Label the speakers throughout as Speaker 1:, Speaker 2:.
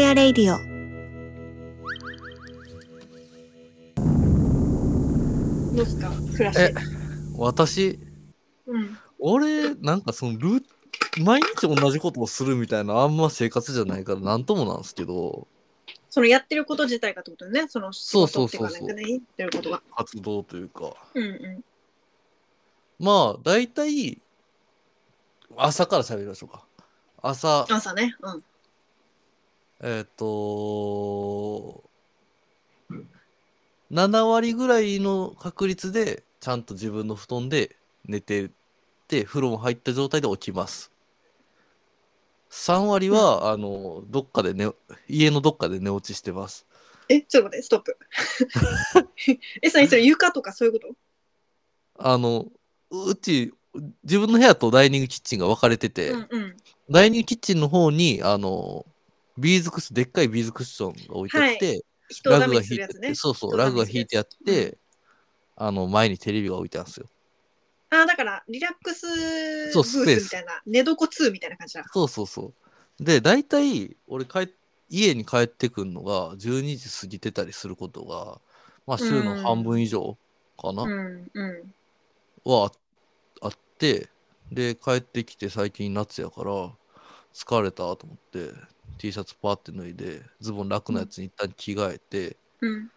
Speaker 1: アレイディオ
Speaker 2: どうですか暮らし
Speaker 3: え私
Speaker 2: うん。
Speaker 3: 俺なんかそのルー毎日同じことをするみたいなあんま生活じゃないから何ともなんですけど
Speaker 2: そのやってること自体がってことね。その仕事っていうか、なんかね、言ってることが。
Speaker 3: 活動というか
Speaker 2: うんう
Speaker 3: まあ大体朝から喋りましょうか朝
Speaker 2: ん。朝ね。うん。
Speaker 3: えっ、と7割ぐらいの確率でちゃんと自分の布団で寝てて風呂も入った状態で起きます3割は、あのどっかで寝家のどっかで寝落ちしてます
Speaker 2: え、ちょっと待って、ストップ。 え、それ、それ床とかそういうこと
Speaker 3: あのうち自分の部屋とダイニングキッチンが分かれてて、
Speaker 2: うんうん。
Speaker 3: ダイニングキッチンの方にあのビーズクッションでっかいビーズクッションが置いてあって、
Speaker 2: 人を
Speaker 3: ラ
Speaker 2: ダ
Speaker 3: グ
Speaker 2: メ
Speaker 3: が
Speaker 2: にす
Speaker 3: 引い
Speaker 2: るや
Speaker 3: てあっ
Speaker 2: つ
Speaker 3: て、
Speaker 2: ね。
Speaker 3: そうそう、
Speaker 2: 人をダ
Speaker 3: ラ
Speaker 2: メ
Speaker 3: グが
Speaker 2: にする
Speaker 3: 引
Speaker 2: や
Speaker 3: い
Speaker 2: つ
Speaker 3: てあって、あの、前にテレビが置いてあるんですよ。
Speaker 2: ああ、だから、リラックスブ
Speaker 3: そ
Speaker 2: ー
Speaker 3: うスペー
Speaker 2: ス
Speaker 3: ス
Speaker 2: みたいな、寝床2みたいな感じだ。
Speaker 3: そうそうそう。で、大体、俺帰っ、家に帰ってくるのが12時過ぎてたりすることが、まあ、週の半分以上かな、
Speaker 2: うんうん。
Speaker 3: はああって、で、帰ってきて最近夏やから、疲れたと思って、T シャツパーって脱いで、ズボン楽なやつに一旦着替えて、
Speaker 2: うん。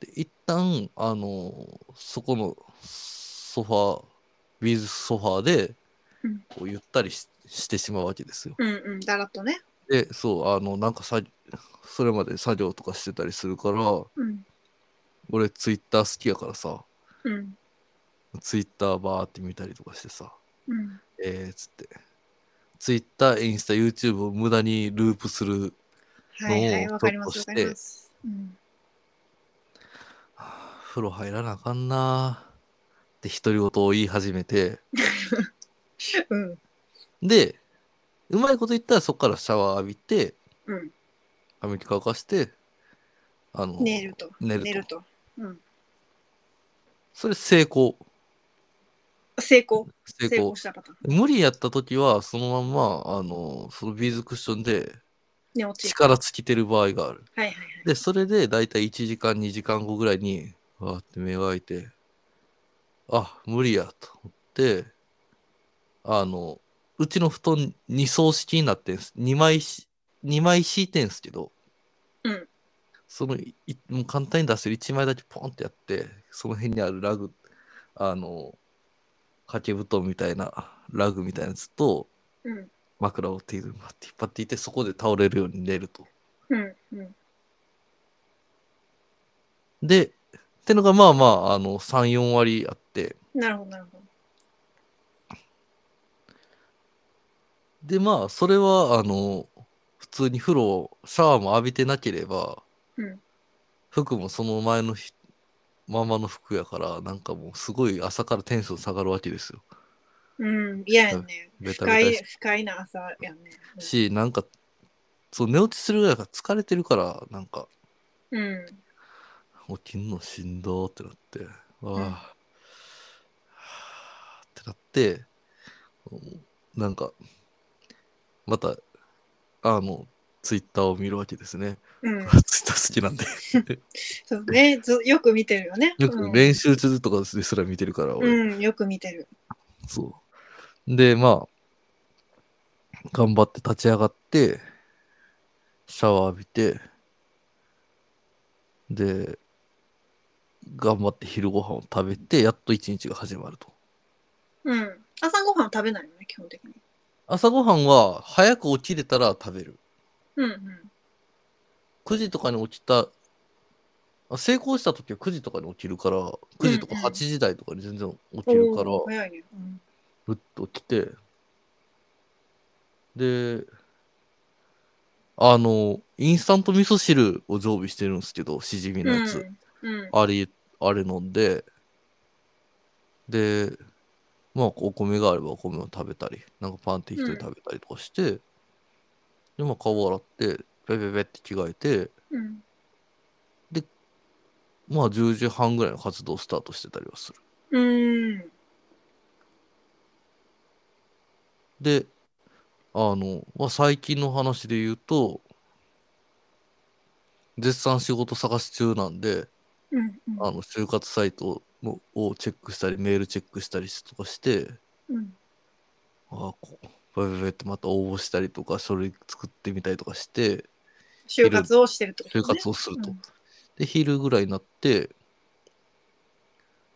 Speaker 3: で一旦あのそこのソファービーズソファーで
Speaker 2: うん
Speaker 3: こうゆったりししてしまうわけですよ。
Speaker 2: うんうん。だらっとね。
Speaker 3: でそうあのなんかさそれまで作業とかしてたりするから
Speaker 2: うん。
Speaker 3: 俺ツイッター好きやからさ
Speaker 2: うん。
Speaker 3: ツイッターバーって見たりとかしてさ
Speaker 2: うん。
Speaker 3: えー、っつってツイッターインスタ YouTube を無駄にループする
Speaker 2: はいはい、
Speaker 3: もう
Speaker 2: わかります。
Speaker 3: ちょ
Speaker 2: わか
Speaker 3: っとして
Speaker 2: ります。うん。
Speaker 3: はあ風呂入らなあかんなあって独り言を言い始めて。
Speaker 2: うん。
Speaker 3: で、うまいこと言ったらそこからシャワー浴びて、
Speaker 2: うん。
Speaker 3: 髪の毛乾かして、あの、
Speaker 2: 寝ると。
Speaker 3: 寝ると
Speaker 2: 寝ると。うん。
Speaker 3: それ成功。
Speaker 2: 成功。
Speaker 3: 成
Speaker 2: 成
Speaker 3: 功
Speaker 2: 功。したパターン。
Speaker 3: 無理やった時は、そのまんま、あの、そのビーズクッションで
Speaker 2: 寝落ち。
Speaker 3: 力尽きてる場合がある。
Speaker 2: はいはいはい。
Speaker 3: で、それでだいたい1時間、2時間後ぐらいに、わーって目が開いて、あ、無理やと思って、あの、うちの布団2層式になってんす。2枚し、2枚敷いてんすけど、
Speaker 2: うん。
Speaker 3: そのいもう簡単に出せる1枚だけポンってやってその辺にあるラグあの掛け布団みたいなラグみたいなやつと
Speaker 2: うん。
Speaker 3: 枕を手でバッて引っ張っていってそこで倒れるように寝ると。
Speaker 2: うん。うん。
Speaker 3: でってのがまあまああの34割あって
Speaker 2: なるほど、なるほど。
Speaker 3: でまあそれはあの普通に風呂シャワーも浴びてなければ
Speaker 2: うん。
Speaker 3: 服もその前の日ままの服やからなんかもうすごい朝からテンション下がるわけですよ。
Speaker 2: うん。嫌やね。
Speaker 3: ベ
Speaker 2: 不
Speaker 3: タベタ
Speaker 2: 快、
Speaker 3: して
Speaker 2: 不快な朝やね。
Speaker 3: し、なんか、そう、寝落ちするぐらいから疲れてるから、なんか、
Speaker 2: うん。
Speaker 3: 起きんのしんどーってなって、わあ、
Speaker 2: うん
Speaker 3: はあってなって、なんか、また、あの、ツイッターを見るわけですね。
Speaker 2: うん。
Speaker 3: ツイッター好きなんで。
Speaker 2: そう ね。ずよく見てるよね。
Speaker 3: よく練習中とかですら見てるから、
Speaker 2: う
Speaker 3: 俺。
Speaker 2: ん。うん。よく見てる。
Speaker 3: そう。で、まあ、頑張って立ち上がって、シャワー浴びて、で、頑張って昼ご飯を食べて、やっと一日が始まると。
Speaker 2: うん。朝ごはん食べないよね、基本的に。
Speaker 3: 朝ごはんは早く起きれたら食べる。
Speaker 2: うんうん。
Speaker 3: 9時とかに起きた、あ成功した時は9時とかに起きるから、9時とか
Speaker 2: うんうん
Speaker 3: 8時台とかに全然起きるから、
Speaker 2: おー早いね。うん。
Speaker 3: ふっと来て、で、あの、インスタント味噌汁を常備してるんですけど、しじみのやつ。
Speaker 2: うん。うん。
Speaker 3: あれ、あれ飲んで、で、まあ、お米があればお米を食べたり、なんかパン適当に食べたりとかして、で、まあ、顔洗って、ペペペって着替えて、
Speaker 2: うん。
Speaker 3: まあ、10時半ぐらいの活動をスタートしてたりはする。
Speaker 2: うん。
Speaker 3: で、あの、まあ、最近の話で言うと、絶賛仕事探し中なんで、
Speaker 2: うんうん
Speaker 3: あの就活サイトのをチェックしたりメールチェックしたりとかして
Speaker 2: うん
Speaker 3: あこバイバイバイってまた応募したりとか書類作ってみたりとかして
Speaker 2: 就活をしてるってこと
Speaker 3: 就
Speaker 2: ね。
Speaker 3: 活をすると、
Speaker 2: うん
Speaker 3: で昼ぐらいになって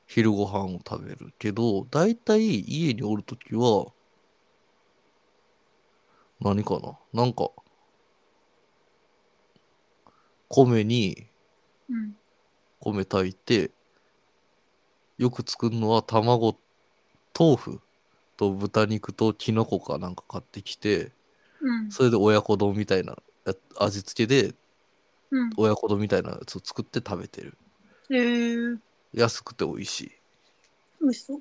Speaker 3: 昼ご飯を食べるけどだいたい家におるときは何かななんか米に
Speaker 2: うん
Speaker 3: 米炊いてよく作るのは卵豆腐と豚肉ときのこかなんか買ってきて
Speaker 2: うん
Speaker 3: それで親子丼みたいなや味付けで
Speaker 2: うん
Speaker 3: 親子丼みたいなやつを作って食べてる
Speaker 2: えー、
Speaker 3: 安くて美味しい
Speaker 2: 美味しそう。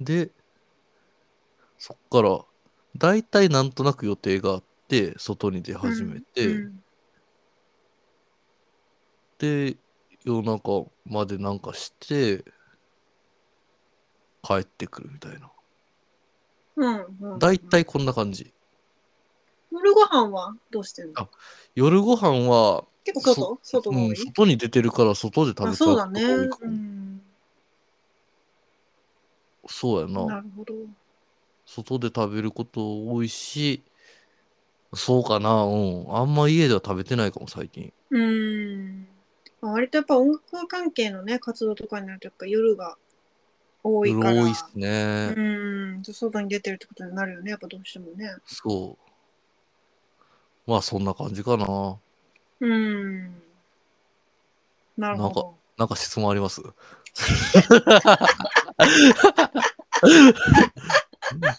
Speaker 3: でそっからだいたいなんとなく予定があって外に出始めて、
Speaker 2: うん
Speaker 3: で夜中までなんかして帰ってくるみたいな
Speaker 2: うんうんうん、
Speaker 3: だいたいこんな感じ
Speaker 2: 夜ご飯はどうしてるの
Speaker 3: あ夜ご飯は
Speaker 2: 結構外外が
Speaker 3: う
Speaker 2: 多
Speaker 3: ん、
Speaker 2: い、
Speaker 3: 外に出てるから外で食べちゃ
Speaker 2: あそう
Speaker 3: うこと
Speaker 2: だ
Speaker 3: が
Speaker 2: ね。
Speaker 3: 多いか
Speaker 2: う
Speaker 3: も
Speaker 2: ん、
Speaker 3: そうやな
Speaker 2: なるほど。
Speaker 3: 外で食べること多いしそうかなうんあんま家では食べてないかも最近
Speaker 2: うん。まあ割とやっぱ音楽関係のね活動とかになるとやっぱ夜が多い
Speaker 3: 夜
Speaker 2: から。
Speaker 3: 多いっすね、
Speaker 2: うん。外に出てるってことになるよねやっぱどうしてもね。
Speaker 3: そうまあそんな感じかな
Speaker 2: うん。なるほど。
Speaker 3: なんか質問あります
Speaker 2: ちょ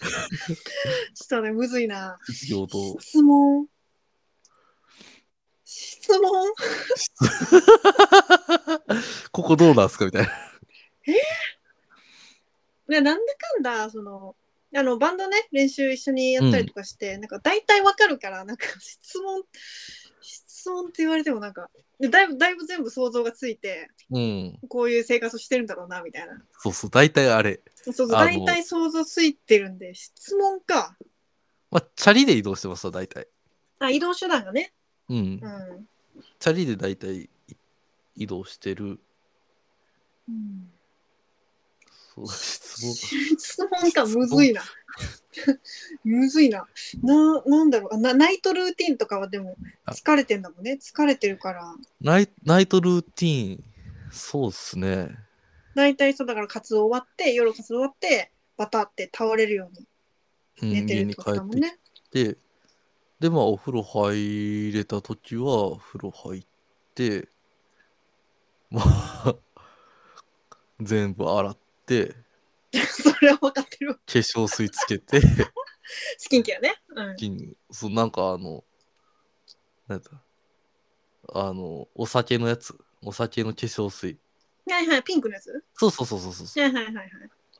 Speaker 2: っとねむずいな。
Speaker 3: 質疑応答
Speaker 2: 質問。質問
Speaker 3: ここどうなんすかみたいな
Speaker 2: ね、なんだかんだそのあのバンドね練習一緒にやったりとかして、なんか大体わかるからなんか質問質問って言われてもなんかでだいぶだいぶ全部想像がついて
Speaker 3: うん
Speaker 2: こういう生活をしてるんだろうなみたいな
Speaker 3: そうそう大体あれ
Speaker 2: そうそう
Speaker 3: あの
Speaker 2: 大体想像ついてるんで質問か
Speaker 3: まあチャリで移動してますわ大体
Speaker 2: あ移動手段がね
Speaker 3: うん
Speaker 2: うん、
Speaker 3: チャリで大体い移動してる
Speaker 2: うん、
Speaker 3: そう質問
Speaker 2: 質問かむずいなむずいなななんだろうあなナイトルーティンとかはでも疲れてんだもんね疲れてるから
Speaker 3: ナイナイトルーティーンそうっすね
Speaker 2: 大体そうだから活動終わって夜活動終わってバタって倒れるよう
Speaker 3: うん
Speaker 2: に寝て
Speaker 3: 家
Speaker 2: るって
Speaker 3: に
Speaker 2: こ
Speaker 3: 帰
Speaker 2: と
Speaker 3: っ
Speaker 2: だもん
Speaker 3: て
Speaker 2: ね。
Speaker 3: きてでまあお風呂入れた時はお風呂入ってまあ 全部洗って
Speaker 2: それは分かってるわ
Speaker 3: 化粧水つけて
Speaker 2: スキンケアね。うん、
Speaker 3: 金そうなんかあのなんだあのお酒のやつお酒の化粧水
Speaker 2: はいはいピンクのやつは
Speaker 3: そうそうそうそうそう
Speaker 2: いはいはいはい。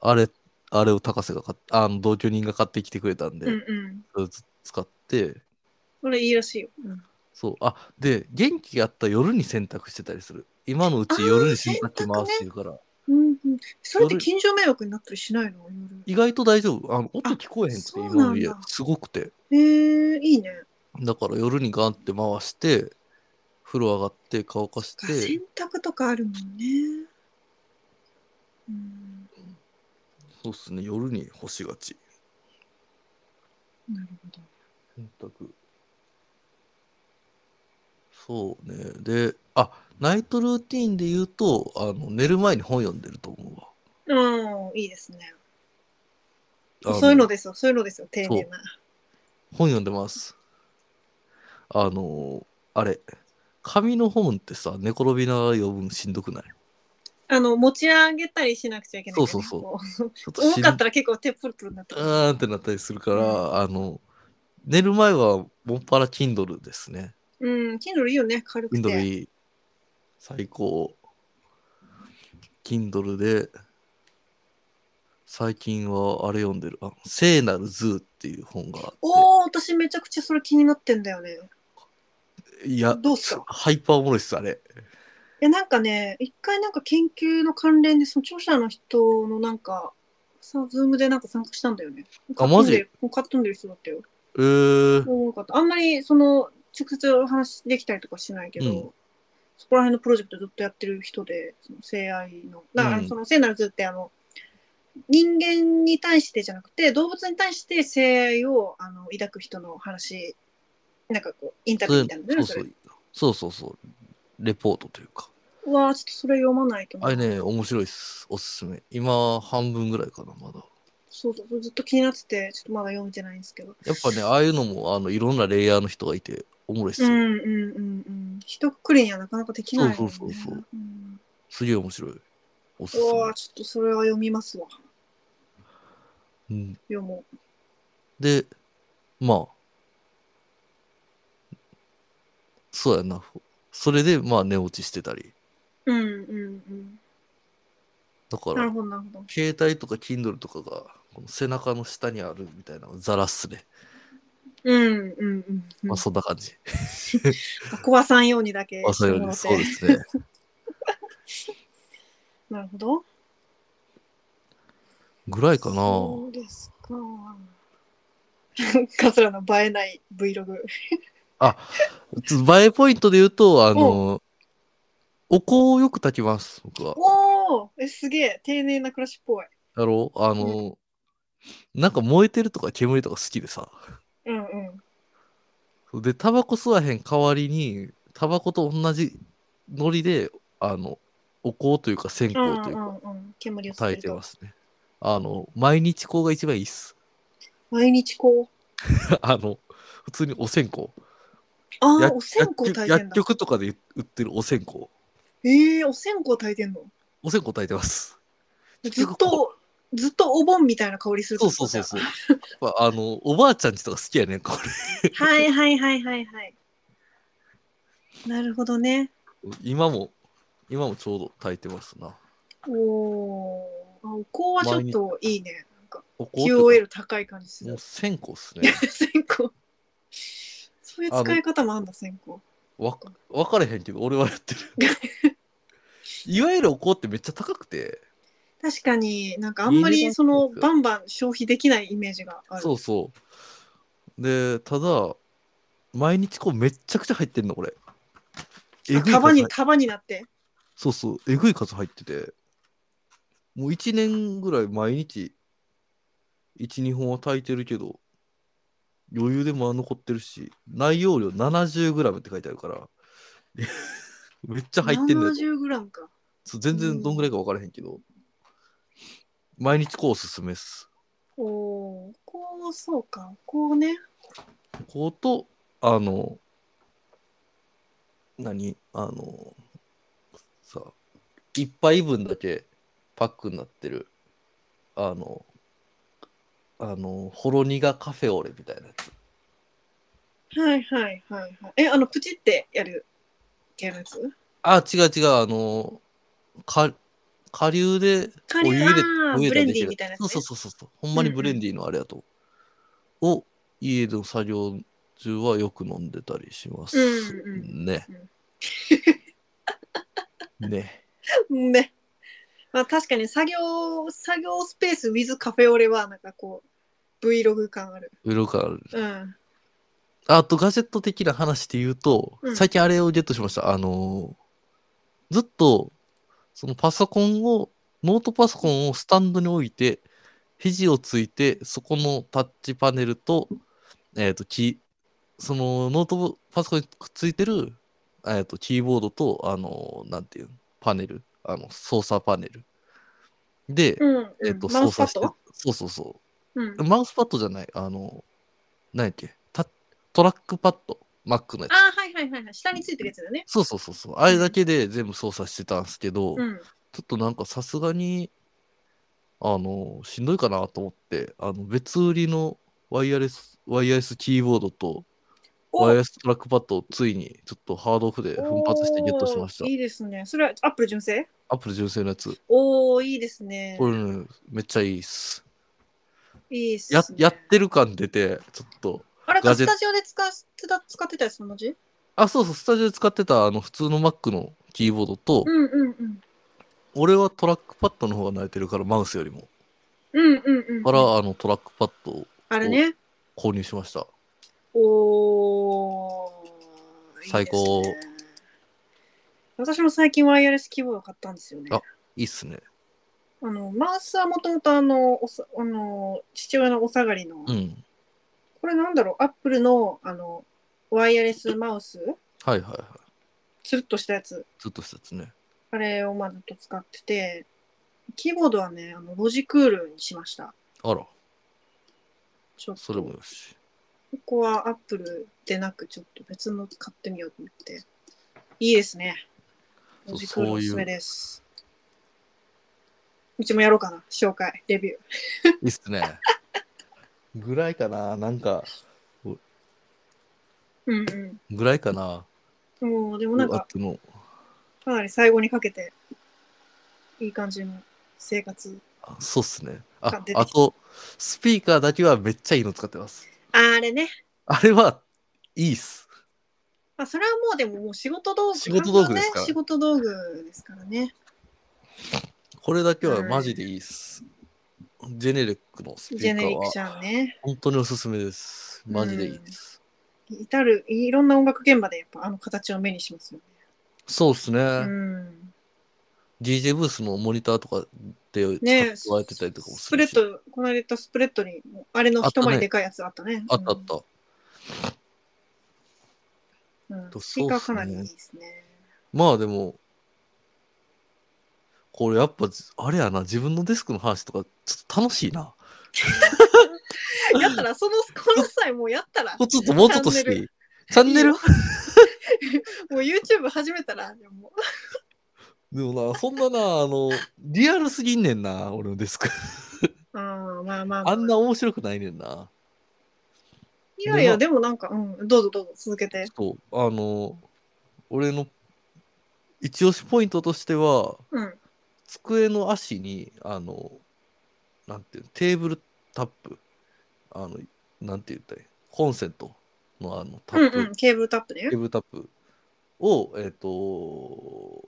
Speaker 3: あれあれを高瀬が買っあの同居人が買ってきてくれたんで、
Speaker 2: うんうん。
Speaker 3: それをず使って
Speaker 2: これいいらしいよ。うん、
Speaker 3: そう。あ、で、元気があったら夜に洗濯してたりする。今のう
Speaker 2: あ
Speaker 3: ち
Speaker 2: ー
Speaker 3: 夜に洗濯機回してるから、
Speaker 2: うんうん、それって近所迷惑になったりしないの
Speaker 3: 意外と大丈夫。あの音
Speaker 2: あ
Speaker 3: 聞こえへんって、
Speaker 2: そう
Speaker 3: 今
Speaker 2: なんだ
Speaker 3: の家、すごくて。
Speaker 2: 夜へえいいね。
Speaker 3: だから夜にガンって回して、風呂上がって乾かし
Speaker 2: そっか洗
Speaker 3: て、
Speaker 2: 濯とかあるもんね。うん、
Speaker 3: そうっすね、夜に干しがち。
Speaker 2: なるほど。
Speaker 3: 洗濯。そうね。で、あ、ナイトルーティーンで言うと、あの寝る前に本読んでると思うわ。
Speaker 2: うん、いいですね。
Speaker 3: あ
Speaker 2: そういうのですよ、そういうのですよ、丁寧な。
Speaker 3: 本読んでます。あのー、あれ、紙の本ってさ、寝転びながら読むのしんどくない
Speaker 2: あの持ち上げたりしなくちゃいけないからね、
Speaker 3: そうそうそう
Speaker 2: こ
Speaker 3: ちょっとし
Speaker 2: 重
Speaker 3: ん
Speaker 2: かったら結構手プルプルになった。
Speaker 3: うーんってなったりするから、あの、寝る前はもっぱら Kindle ですね。
Speaker 2: うん、Kindle いいよね、軽く
Speaker 3: Kindle
Speaker 2: て。
Speaker 3: いい。最高。Kindle で、最近はあれ読んでる。あ聖なるズーっていう本があって。
Speaker 2: おお、私めちゃくちゃそれ気になってんだよね。
Speaker 3: いや、
Speaker 2: どうっすか
Speaker 3: ハイパーおもろいっす、あれ。
Speaker 2: え、なんかね、一回なんか研究の関連で、その著者の人のなんか、さ、ズームでなんか参加したんだよね。
Speaker 3: あマジ
Speaker 2: 買っ飛んでるもう買っ飛んでる人だったよ。
Speaker 3: えー、
Speaker 2: 多かった。あんまりその直接お話できたりとかしないけど、
Speaker 3: うん
Speaker 2: そこら辺のプロジェクトずっとやってる人で、その性愛の、だか
Speaker 3: う
Speaker 2: ら
Speaker 3: ん
Speaker 2: その聖なる図ってあの、人間に対してじゃなくて、動物に対して性愛をあの抱く人の話、なんかこう、インタビューみたいなの
Speaker 3: そ
Speaker 2: ねそれ
Speaker 3: うそうそうそうそうレポートというか
Speaker 2: うわーちょっとそれ読まないとな
Speaker 3: あれね面白いっすおすすめ今半分ぐらいかなまだ
Speaker 2: そうそうそう、ずっと気になってて、ちょっとまだ読めてないんですけど。
Speaker 3: やっぱねああいうのもあのいろんなレイヤーの人がいておもろいっす
Speaker 2: う
Speaker 3: よ、
Speaker 2: んうんうんうん。一括りにはなかなかできない、ね。
Speaker 3: そうそうそうそうんすげえ面白いおすす
Speaker 2: うわーちょっとそれは読みますわ。
Speaker 3: め、うん、
Speaker 2: 読もう。
Speaker 3: でまあそうやなそれでまあ寝落ちしてたり
Speaker 2: うんうんうん。
Speaker 3: だか
Speaker 2: なる
Speaker 3: ら
Speaker 2: ほどなるほど。
Speaker 3: 携帯とか Kindle とかがこの背中の下にあるみたいなザラっすね、
Speaker 2: うんうんうんうん。
Speaker 3: まあそんな感じ
Speaker 2: 壊さんようにだけ
Speaker 3: あそうよ
Speaker 2: してもら
Speaker 3: ね
Speaker 2: って
Speaker 3: そうですね
Speaker 2: なるほど。
Speaker 3: ぐらいかな
Speaker 2: そうですか。カズラの映えない Vlog。
Speaker 3: 映えポイントで言うとあのお香をよく炊きます僕は
Speaker 2: おおえ、すげえ。丁寧な暮らしっぽい。
Speaker 3: だろうあの、なんか燃えてるとか煙とか好きでさ
Speaker 2: うんうん。
Speaker 3: でタバコ吸わへん代わりにタバコと同じノリであのお香というか線
Speaker 2: う
Speaker 3: 香
Speaker 2: ん
Speaker 3: とい
Speaker 2: う
Speaker 3: うか
Speaker 2: んうん。煙を吸
Speaker 3: 炊
Speaker 2: っ
Speaker 3: い
Speaker 2: て
Speaker 3: て
Speaker 2: ると
Speaker 3: ま。すね、あの毎日香が一番いいっす
Speaker 2: 毎日こう。
Speaker 3: あの普通にお線香
Speaker 2: ああ、
Speaker 3: 薬
Speaker 2: お線香炊いてん
Speaker 3: 薬
Speaker 2: だ。
Speaker 3: 局とかで売ってるお線香
Speaker 2: ええお線香炊いてんの
Speaker 3: お線香炊いてます
Speaker 2: ずっと、ずっとお盆みたいな香りするってこ
Speaker 3: そう
Speaker 2: と
Speaker 3: そうそ
Speaker 2: じ
Speaker 3: うそう。やっぱあの、おばあちゃんちとか好きやねん、こ
Speaker 2: ゃあはいはいはいはいはい。なるほどね。
Speaker 3: れ。今も、今もちょうど炊いてますな。
Speaker 2: おお。あお香はちょっといいね。なんか
Speaker 3: お香っていうか
Speaker 2: QOL 高い感じす
Speaker 3: もう
Speaker 2: る。
Speaker 3: 線香っすね。
Speaker 2: 線香。そういう使い方もあんだ、線香。
Speaker 3: わ分かれへんけど、俺はやってる。 いわゆるお香ってめっちゃ高くて、
Speaker 2: 確かになんかあんまりそのバンバン消費できないイメージがある。
Speaker 3: そうそう。で、ただ、毎日こうめっちゃくちゃ入ってんの、これ。えぐい
Speaker 2: 束
Speaker 3: 数
Speaker 2: に
Speaker 3: 入
Speaker 2: 束になって。
Speaker 3: そうそう、えぐい数入ってて、もう1年ぐらい毎日、1、2本は炊いてるけど、余裕でまあ残ってるし、内容量 70g って書いてあるから、 めっちゃ入ってんだよ。
Speaker 2: 70グラムか。
Speaker 3: そう全然どんぐらいか分からへんけど、毎日こうおすすめっす。
Speaker 2: おお。こうそうか。こうね。
Speaker 3: こうと、あの、何あの、さ、一杯分だけパックになってる、あの、あの、ほろ苦カフェオレみたいなやつ。
Speaker 2: はいはいはいはい。え、あの、プチってやるやるやつ
Speaker 3: あ、違う違う、あの、か下流で
Speaker 2: カ
Speaker 3: お
Speaker 2: レー
Speaker 3: 湯入れ
Speaker 2: あ
Speaker 3: お
Speaker 2: ー
Speaker 3: 湯
Speaker 2: ブレン
Speaker 3: で
Speaker 2: ディ
Speaker 3: き
Speaker 2: ー
Speaker 3: る
Speaker 2: みたいなやつ、
Speaker 3: そ
Speaker 2: ね。
Speaker 3: うそうそうそう。ほんまにブレンディーのあれやと。を、家の作業中はよく飲んでたりします。
Speaker 2: うんう
Speaker 3: ね。 ね。
Speaker 2: ね。まあ確かに作業、作業スペース with カフェオレはなんかこう、Vlog 感ある。
Speaker 3: うろか
Speaker 2: うん。
Speaker 3: あとガジェット的な話で言うと、
Speaker 2: うん
Speaker 3: 最近あれをゲットしました。あのーずっと、そのパソコンを、ノートパソコンをスタンドに置いて、肘をついて、そこのタッチパネルと、えっ、と、キー、そのノートパソコンにくっついてる、えっ、と、キーボードと、あのーなんていうの、パネル、あの、操作パネル。で、
Speaker 2: うん、
Speaker 3: えっ、と、
Speaker 2: マウ
Speaker 3: 操
Speaker 2: スパ
Speaker 3: 作し
Speaker 2: ッ
Speaker 3: て
Speaker 2: ド、
Speaker 3: そうそうそう。
Speaker 2: うん、
Speaker 3: マウスパッドじゃない、あの、何やっけ、タトラックパッド、Mac のや
Speaker 2: あ
Speaker 3: つ。
Speaker 2: ーはいはいはいはい。下についてるやつだね。
Speaker 3: そうそうそうそう、あれだけで全部操作してたんですけど、
Speaker 2: うん。
Speaker 3: ちょっとなんかさすがに、あの、しんどいかなと思って、あの、別売りのワイヤレス、ワイヤレスキーボードと、
Speaker 2: お
Speaker 3: ワイヤレストラックパッドをついに、ちょっとハードオフで奮発してゲットしました
Speaker 2: おー。いいですね。それはアップル純正
Speaker 3: アップル純正のやつ。
Speaker 2: おおいいですね。
Speaker 3: これね、めっちゃいいっす。
Speaker 2: いいっすね
Speaker 3: や、やってる感出て、ちょっと。
Speaker 2: あれ
Speaker 3: ガ
Speaker 2: か
Speaker 3: ジェ
Speaker 2: スタジオで使ってた使ってたやつの文字
Speaker 3: あ、そうそう、スタジオで使ってた、あの、普通の Mac のキーボードと、
Speaker 2: うんうんうん。
Speaker 3: 俺はトラックパッドの方が慣れてるから、マウスよりも。
Speaker 2: うんうんうん。
Speaker 3: だから、あの、トラックパッドを
Speaker 2: あれね。
Speaker 3: 購入しました。
Speaker 2: おーですね
Speaker 3: 最高
Speaker 2: 私も最近ワイヤレスキーボード買ったんですよね。
Speaker 3: あ
Speaker 2: あ
Speaker 3: いいっすね。
Speaker 2: のマウスはもともとあのおさあの父親のお下がりの、
Speaker 3: うん。
Speaker 2: これなんだろうアップルのあのワイヤレスマウス
Speaker 3: はいはいはい。
Speaker 2: つるっとしたやつ
Speaker 3: ずっとしたやつね。
Speaker 2: あれをまあずっと使っててキーボードはねあのロジクールにしました。
Speaker 3: あら、
Speaker 2: ちょっと
Speaker 3: それもよし。
Speaker 2: ここはアップルでなく、ちょっと別の買ってみようと思って。いいですね。
Speaker 3: そう
Speaker 2: ロジクール
Speaker 3: そう
Speaker 2: お
Speaker 3: いう
Speaker 2: すすめです。うちもやろうかな。紹介、レビュー。
Speaker 3: いいっす ね。ぐらいかな、なんか、
Speaker 2: うん
Speaker 3: ぐらいかな。
Speaker 2: うん。もう、でもなん
Speaker 3: あっ
Speaker 2: か、
Speaker 3: ての、
Speaker 2: かなり最後にかけて、いい感じの生活。
Speaker 3: あそうっすね。
Speaker 2: が
Speaker 3: あ
Speaker 2: 出て、きた
Speaker 3: あと、スピーカーだけはめっちゃいいの使ってます。
Speaker 2: あれね。
Speaker 3: あれは、いいっす。
Speaker 2: まあ、それはもうでも、もう仕事道具。
Speaker 3: 仕事道具ですか
Speaker 2: 完全な
Speaker 3: ら
Speaker 2: 仕事道具ですからね。
Speaker 3: これだけはマジでいいっす。ジェネリックのスピ
Speaker 2: ジェ
Speaker 3: ーカ
Speaker 2: ネ
Speaker 3: ー
Speaker 2: リック
Speaker 3: は
Speaker 2: ちゃんね。
Speaker 3: 本当におすすめです。マジでいいです。
Speaker 2: 至る、いろんな音楽現場で、やっぱあの形を目にしますよね。
Speaker 3: そうっすね。
Speaker 2: うん。
Speaker 3: DJ ブースのモニターとかで使
Speaker 2: ね
Speaker 3: ってもらえてたりとかも
Speaker 2: ス
Speaker 3: す
Speaker 2: プレッ
Speaker 3: るし。
Speaker 2: ド、この間言ったスプレッドに、あれの
Speaker 3: あった
Speaker 2: 一
Speaker 3: ね
Speaker 2: 枚でかいやつあったね。
Speaker 3: あったあった。
Speaker 2: うん。うん
Speaker 3: と
Speaker 2: スピーカー
Speaker 3: そ
Speaker 2: か
Speaker 3: う
Speaker 2: な
Speaker 3: っすね
Speaker 2: りいいですね。
Speaker 3: まあでも、これやっぱ、あれやな、自分のデスクの話とか、ちょっと楽しいな。
Speaker 2: やったら、その、この際もうやったら、
Speaker 3: これちょっともうちょっとしていいチャンネル
Speaker 2: もう YouTube 始めたら、でも
Speaker 3: でもな、そんなな、あの、リアルすぎんねんな、俺のデスク。
Speaker 2: う、ああ、まあまあ、
Speaker 3: あんな面白くないねんな。
Speaker 2: いやいや、でもなんか、うん、どうぞどうぞ、続けて。
Speaker 3: そう、あの、俺の一押しポイントとしては、
Speaker 2: うん。
Speaker 3: 机の足に、あの、なんていうのテーブルタップ、あの、なんて言ったらいいコンセントのあのタ
Speaker 2: うん
Speaker 3: ップ、
Speaker 2: うん、ケーブルタップね
Speaker 3: テ。ーブルタップを、えっ、と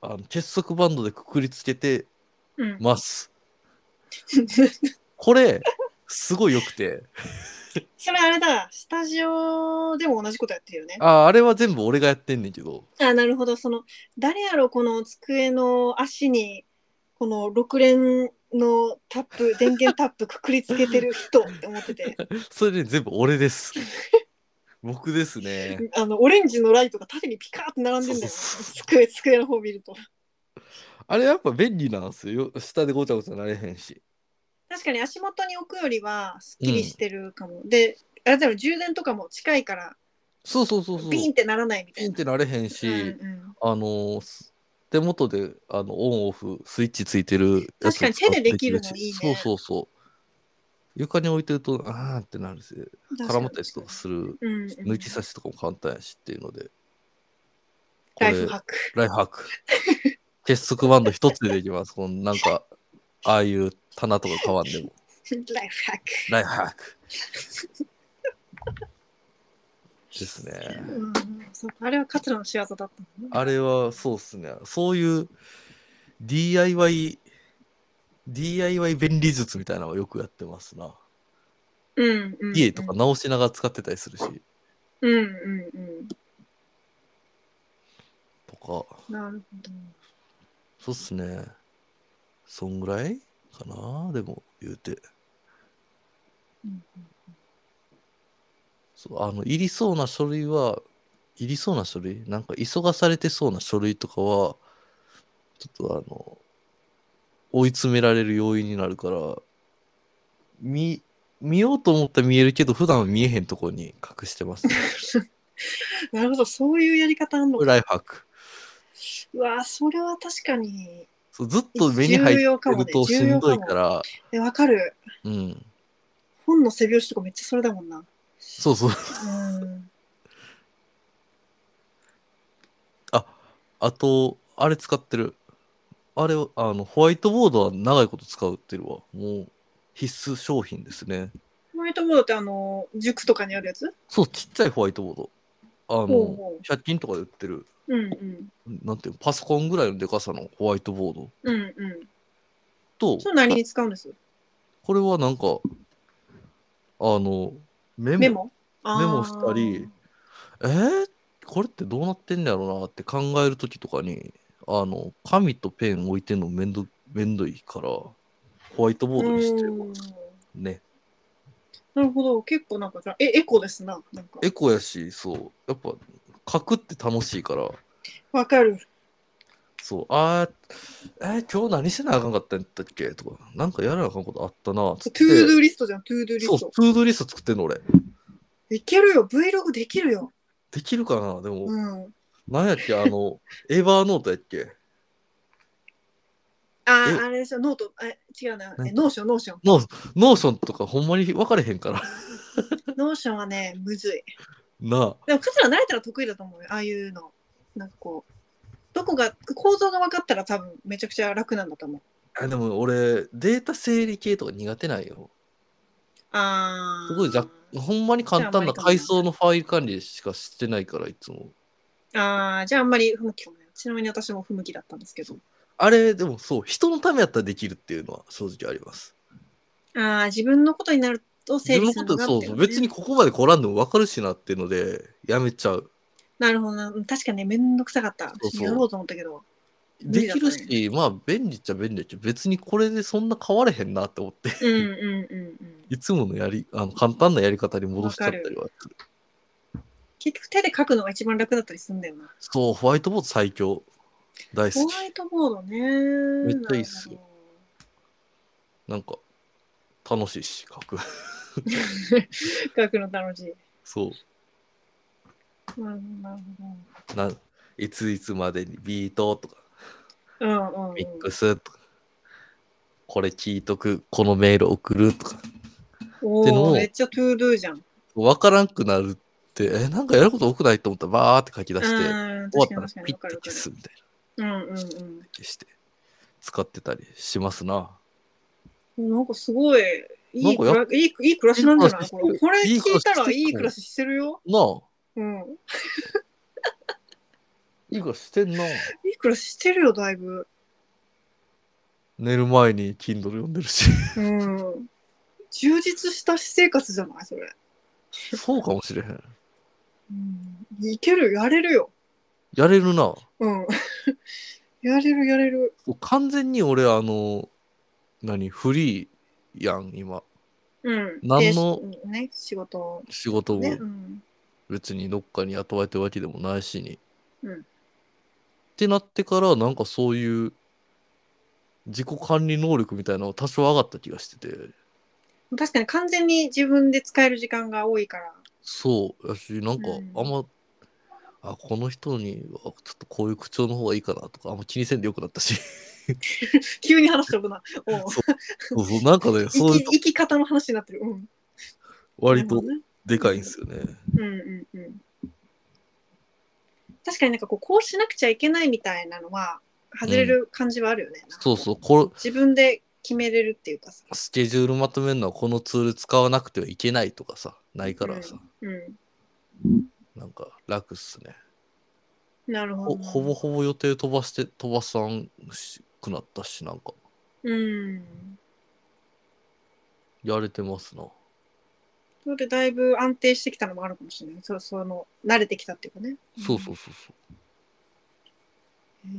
Speaker 3: あの結束バンドでくくりつけて
Speaker 2: うん。
Speaker 3: ます。
Speaker 2: そ
Speaker 3: これ、すごい良くて。
Speaker 2: れあれだ、スタジオでも同じことやってるよね。
Speaker 3: ああれは全部俺がやってんねんけど、
Speaker 2: あなるほどその誰やろこの机の足にこの6連のタップ電源タップくくりつけてる人って思って て
Speaker 3: それで全部俺です。僕ですね。
Speaker 2: あのオレンジのライトが縦にピカーって並んで んだよ
Speaker 3: そうそうそう
Speaker 2: 机机の方見ると
Speaker 3: あれやっぱ便利なんですよ。下でごちゃごちゃなれへんし。
Speaker 2: 確かに足元に置くよりはすっきりしてるかも、であれだろ充電とかも近いから
Speaker 3: そうそうそうそう。
Speaker 2: ビーンってならないみた
Speaker 3: ピ
Speaker 2: い
Speaker 3: ンっ
Speaker 2: な
Speaker 3: てなれへんし、
Speaker 2: うんうん
Speaker 3: あのーす手元であのオンオフスイッチついてるや
Speaker 2: 確
Speaker 3: つ
Speaker 2: かに手でできるの
Speaker 3: 使って
Speaker 2: いいね
Speaker 3: そうそうそう床に置いてるとあーってなるし絡まったりとかする
Speaker 2: うんうん
Speaker 3: 抜き差しとかも簡単やしっていうのでこ
Speaker 2: ラ
Speaker 3: れ
Speaker 2: イフハック
Speaker 3: ライフハック結束バンド一つでできますこのなんかああいう棚とか買わんでも
Speaker 2: ライフハック
Speaker 3: ライフハックですね
Speaker 2: うん、そうあれは桂の仕業だったのね。
Speaker 3: あれはそうっすね。そういう DIY、DIY 便利術みたいなのをよくやってますな。
Speaker 2: うんうんうん、
Speaker 3: 家とか直しながら使ってたりするし、
Speaker 2: うんうんうん。
Speaker 3: とか、
Speaker 2: なるほど。
Speaker 3: そうっすね。そんぐらいかな、でも言うて。
Speaker 2: うん
Speaker 3: そうあの、いりそうな書類は、いりそうな書類なんか急がされてそうな書類とかは、ちょっとあの、追い詰められる要因になるから、見、見ようと思ったら見えるけど、普段は見えへんとこに隠して ます、ね。
Speaker 2: なるほど、そういうやり方あんのか。
Speaker 3: ライフハック。
Speaker 2: うわあ、それは確かに。
Speaker 3: そうずっと目に入ってるとし
Speaker 2: 重
Speaker 3: ん
Speaker 2: 要かもね
Speaker 3: どいから、
Speaker 2: え、わかる。
Speaker 3: うん。
Speaker 2: 本の背拍子とかめっちゃそれだもんな。
Speaker 3: そうそう。
Speaker 2: うん。
Speaker 3: あ、あと、あれ使ってる。あれを、あの、ホワイトボードは長いこと使うってるわ。もう、必須商品ですね。
Speaker 2: ホワイトボードってあの、塾とかにあるやつ
Speaker 3: そう、ちっちゃいホワイトボード。あ
Speaker 2: ほ
Speaker 3: の、
Speaker 2: うほ
Speaker 3: 100均とかで売ってる、
Speaker 2: うんうん。
Speaker 3: なんていうのパソコンぐらいのでかさのホワイトボード
Speaker 2: うんうん。
Speaker 3: と
Speaker 2: そ、れ何に使うんです
Speaker 3: これはなんか、あの、メモ。
Speaker 2: メモメ
Speaker 3: メモしたり、えー、これってどうなってんねやろうなって考える時とかにあの紙とペン置いてんのめんどめんどいからホワイトボードにしてるね
Speaker 2: なるほど結構なんかじゃあえエコですななんか
Speaker 3: エコやしそうやっぱ書くって楽しいから
Speaker 2: わかる
Speaker 3: そうあーえー今日何してなあかんかったんやったっけとかなんかやらなあかんことあったな
Speaker 2: ト
Speaker 3: つ
Speaker 2: ゥ
Speaker 3: って
Speaker 2: ードゥリストじゃんトゥードゥリ
Speaker 3: そう
Speaker 2: ス
Speaker 3: ト
Speaker 2: ト
Speaker 3: ゥードゥリスト作ってんの俺
Speaker 2: いけるよ Vlog できるよ
Speaker 3: できるかなでも、
Speaker 2: うん
Speaker 3: なんやっけあのエヴァーノートやっけ
Speaker 2: あ
Speaker 3: え
Speaker 2: ああれでしょノートあ違うな
Speaker 3: 何
Speaker 2: えノーションノーション
Speaker 3: ノーノーションとかほんまに分かれへんから
Speaker 2: ノーションはねむずい
Speaker 3: なあ
Speaker 2: でも桂慣れたら得意だと思うよああいうのなんかこうどこが構造が分かったら多分めちゃくちゃ楽なんだと思う
Speaker 3: あでも俺データ整理系とか苦手なんよ
Speaker 2: あー
Speaker 3: すごいざっほんまに簡単な階層のファイル管理しかしてないからいつも
Speaker 2: あーじゃああんまり不向きかもねちなみに私も不向きだったんですけど
Speaker 3: あれでもそう人のためやったらできるっていうのは正直あります
Speaker 2: ああ自分のことになると整
Speaker 3: 自分
Speaker 2: 理するの
Speaker 3: のこと
Speaker 2: が
Speaker 3: そう
Speaker 2: ってい
Speaker 3: そうう
Speaker 2: ね
Speaker 3: 別にここまで来らんでも分かるしなっていうのでやめちゃう
Speaker 2: なるほどなうん確かにねめんどくさかった
Speaker 3: そうそう
Speaker 2: やろうと思ったけど無
Speaker 3: で
Speaker 2: 理だっ
Speaker 3: き
Speaker 2: たね
Speaker 3: るし、まあ便利っちゃ便利だけど別にこれでそんな変われへんなって思って
Speaker 2: うんうんうんうん
Speaker 3: いつものやりあの簡単なやり方に戻しちゃったりはする
Speaker 2: 結局手で書くのが一番楽だったりするんだよな
Speaker 3: そうホワイトボード最強大
Speaker 2: ホ
Speaker 3: 好き
Speaker 2: ワイトボードね
Speaker 3: めっちゃいいっすよ
Speaker 2: なるほど
Speaker 3: なんか楽しいし書く
Speaker 2: 書くの楽しい。
Speaker 3: そう
Speaker 2: なるほどなるほ
Speaker 3: なんいついつまでにビートとか
Speaker 2: ど。うんうん、うん。
Speaker 3: ミックスとか、これ聞いとくこのメール送るとかっての
Speaker 2: お
Speaker 3: を
Speaker 2: お、めっちゃトゥードゥじゃん。
Speaker 3: 分からんくなるってえなんかやること多くないと思ったらバーって書き出して
Speaker 2: う
Speaker 3: 終
Speaker 2: ん、
Speaker 3: わっ
Speaker 2: 確か
Speaker 3: た
Speaker 2: に
Speaker 3: ら
Speaker 2: 確かに
Speaker 3: ピ
Speaker 2: わ
Speaker 3: ッ
Speaker 2: か
Speaker 3: て
Speaker 2: るわか
Speaker 3: 消
Speaker 2: る。
Speaker 3: すみたいな
Speaker 2: うんうん
Speaker 3: 消して使ってたりしますな
Speaker 2: うん。なんかすごい、いい
Speaker 3: なんか
Speaker 2: 暮
Speaker 3: やっ
Speaker 2: らいいいい暮らしなんじゃない
Speaker 3: いい
Speaker 2: こ
Speaker 3: 暮らし
Speaker 2: れこれ聞い
Speaker 3: いい暮らした
Speaker 2: らい
Speaker 3: い
Speaker 2: い
Speaker 3: い
Speaker 2: 暮
Speaker 3: 暮
Speaker 2: ら
Speaker 3: ら
Speaker 2: ししてるよ。
Speaker 3: なあ
Speaker 2: うん。
Speaker 3: いいからしてんない
Speaker 2: い暮らししてるよ、だいぶ。
Speaker 3: 寝る前に Kindle 読んで るし
Speaker 2: うん。充実した私生活じゃないそれ。
Speaker 3: そうかもしれへん
Speaker 2: うん。いける、やれるよ。
Speaker 3: やれるな
Speaker 2: うん。 やれる、やれる。
Speaker 3: そう完全に俺あの何フリーやん今
Speaker 2: うん。
Speaker 3: 何の
Speaker 2: でうんね、仕事
Speaker 3: 仕事も
Speaker 2: ね。うん。
Speaker 3: 別にどっかに雇われてるわけでもないしに、
Speaker 2: うん
Speaker 3: ってなってからなんかそういう自己管理能力みたいなのが多少上がった気がしてて
Speaker 2: 確かに完全に自分で使える時間が多いから。
Speaker 3: そうやしなんか
Speaker 2: うん
Speaker 3: あんま、あこの人にはちょっとこういう口調の方がいいかなとかあんま気にせんでよくなったし
Speaker 2: 急に話し飛ぶな。おう
Speaker 3: そう そうなんかねそういう
Speaker 2: 生
Speaker 3: と
Speaker 2: き生き方の話になってる。うん。
Speaker 3: 割と
Speaker 2: なる
Speaker 3: でかいんですよね
Speaker 2: ほどねうんうんうん。確かになんかこうこうしなくちゃいけないみたいなのは外れる感じはあるよね。
Speaker 3: そうそうこ
Speaker 2: 自分で決めれるっていうかさ。
Speaker 3: れスケジュールまとめるのはこのツール使わなくてはいけないとかさないからさ、
Speaker 2: うん。
Speaker 3: なんか楽っすね
Speaker 2: なるほど。
Speaker 3: ほほぼ。ほぼ予定飛ばして飛ばさんしくなったしなんか
Speaker 2: うん。
Speaker 3: やれてますな
Speaker 2: それでだいぶ安定してきたのもあるかもしれない。そうその慣れてきたっていうかね。
Speaker 3: そうそうそうそ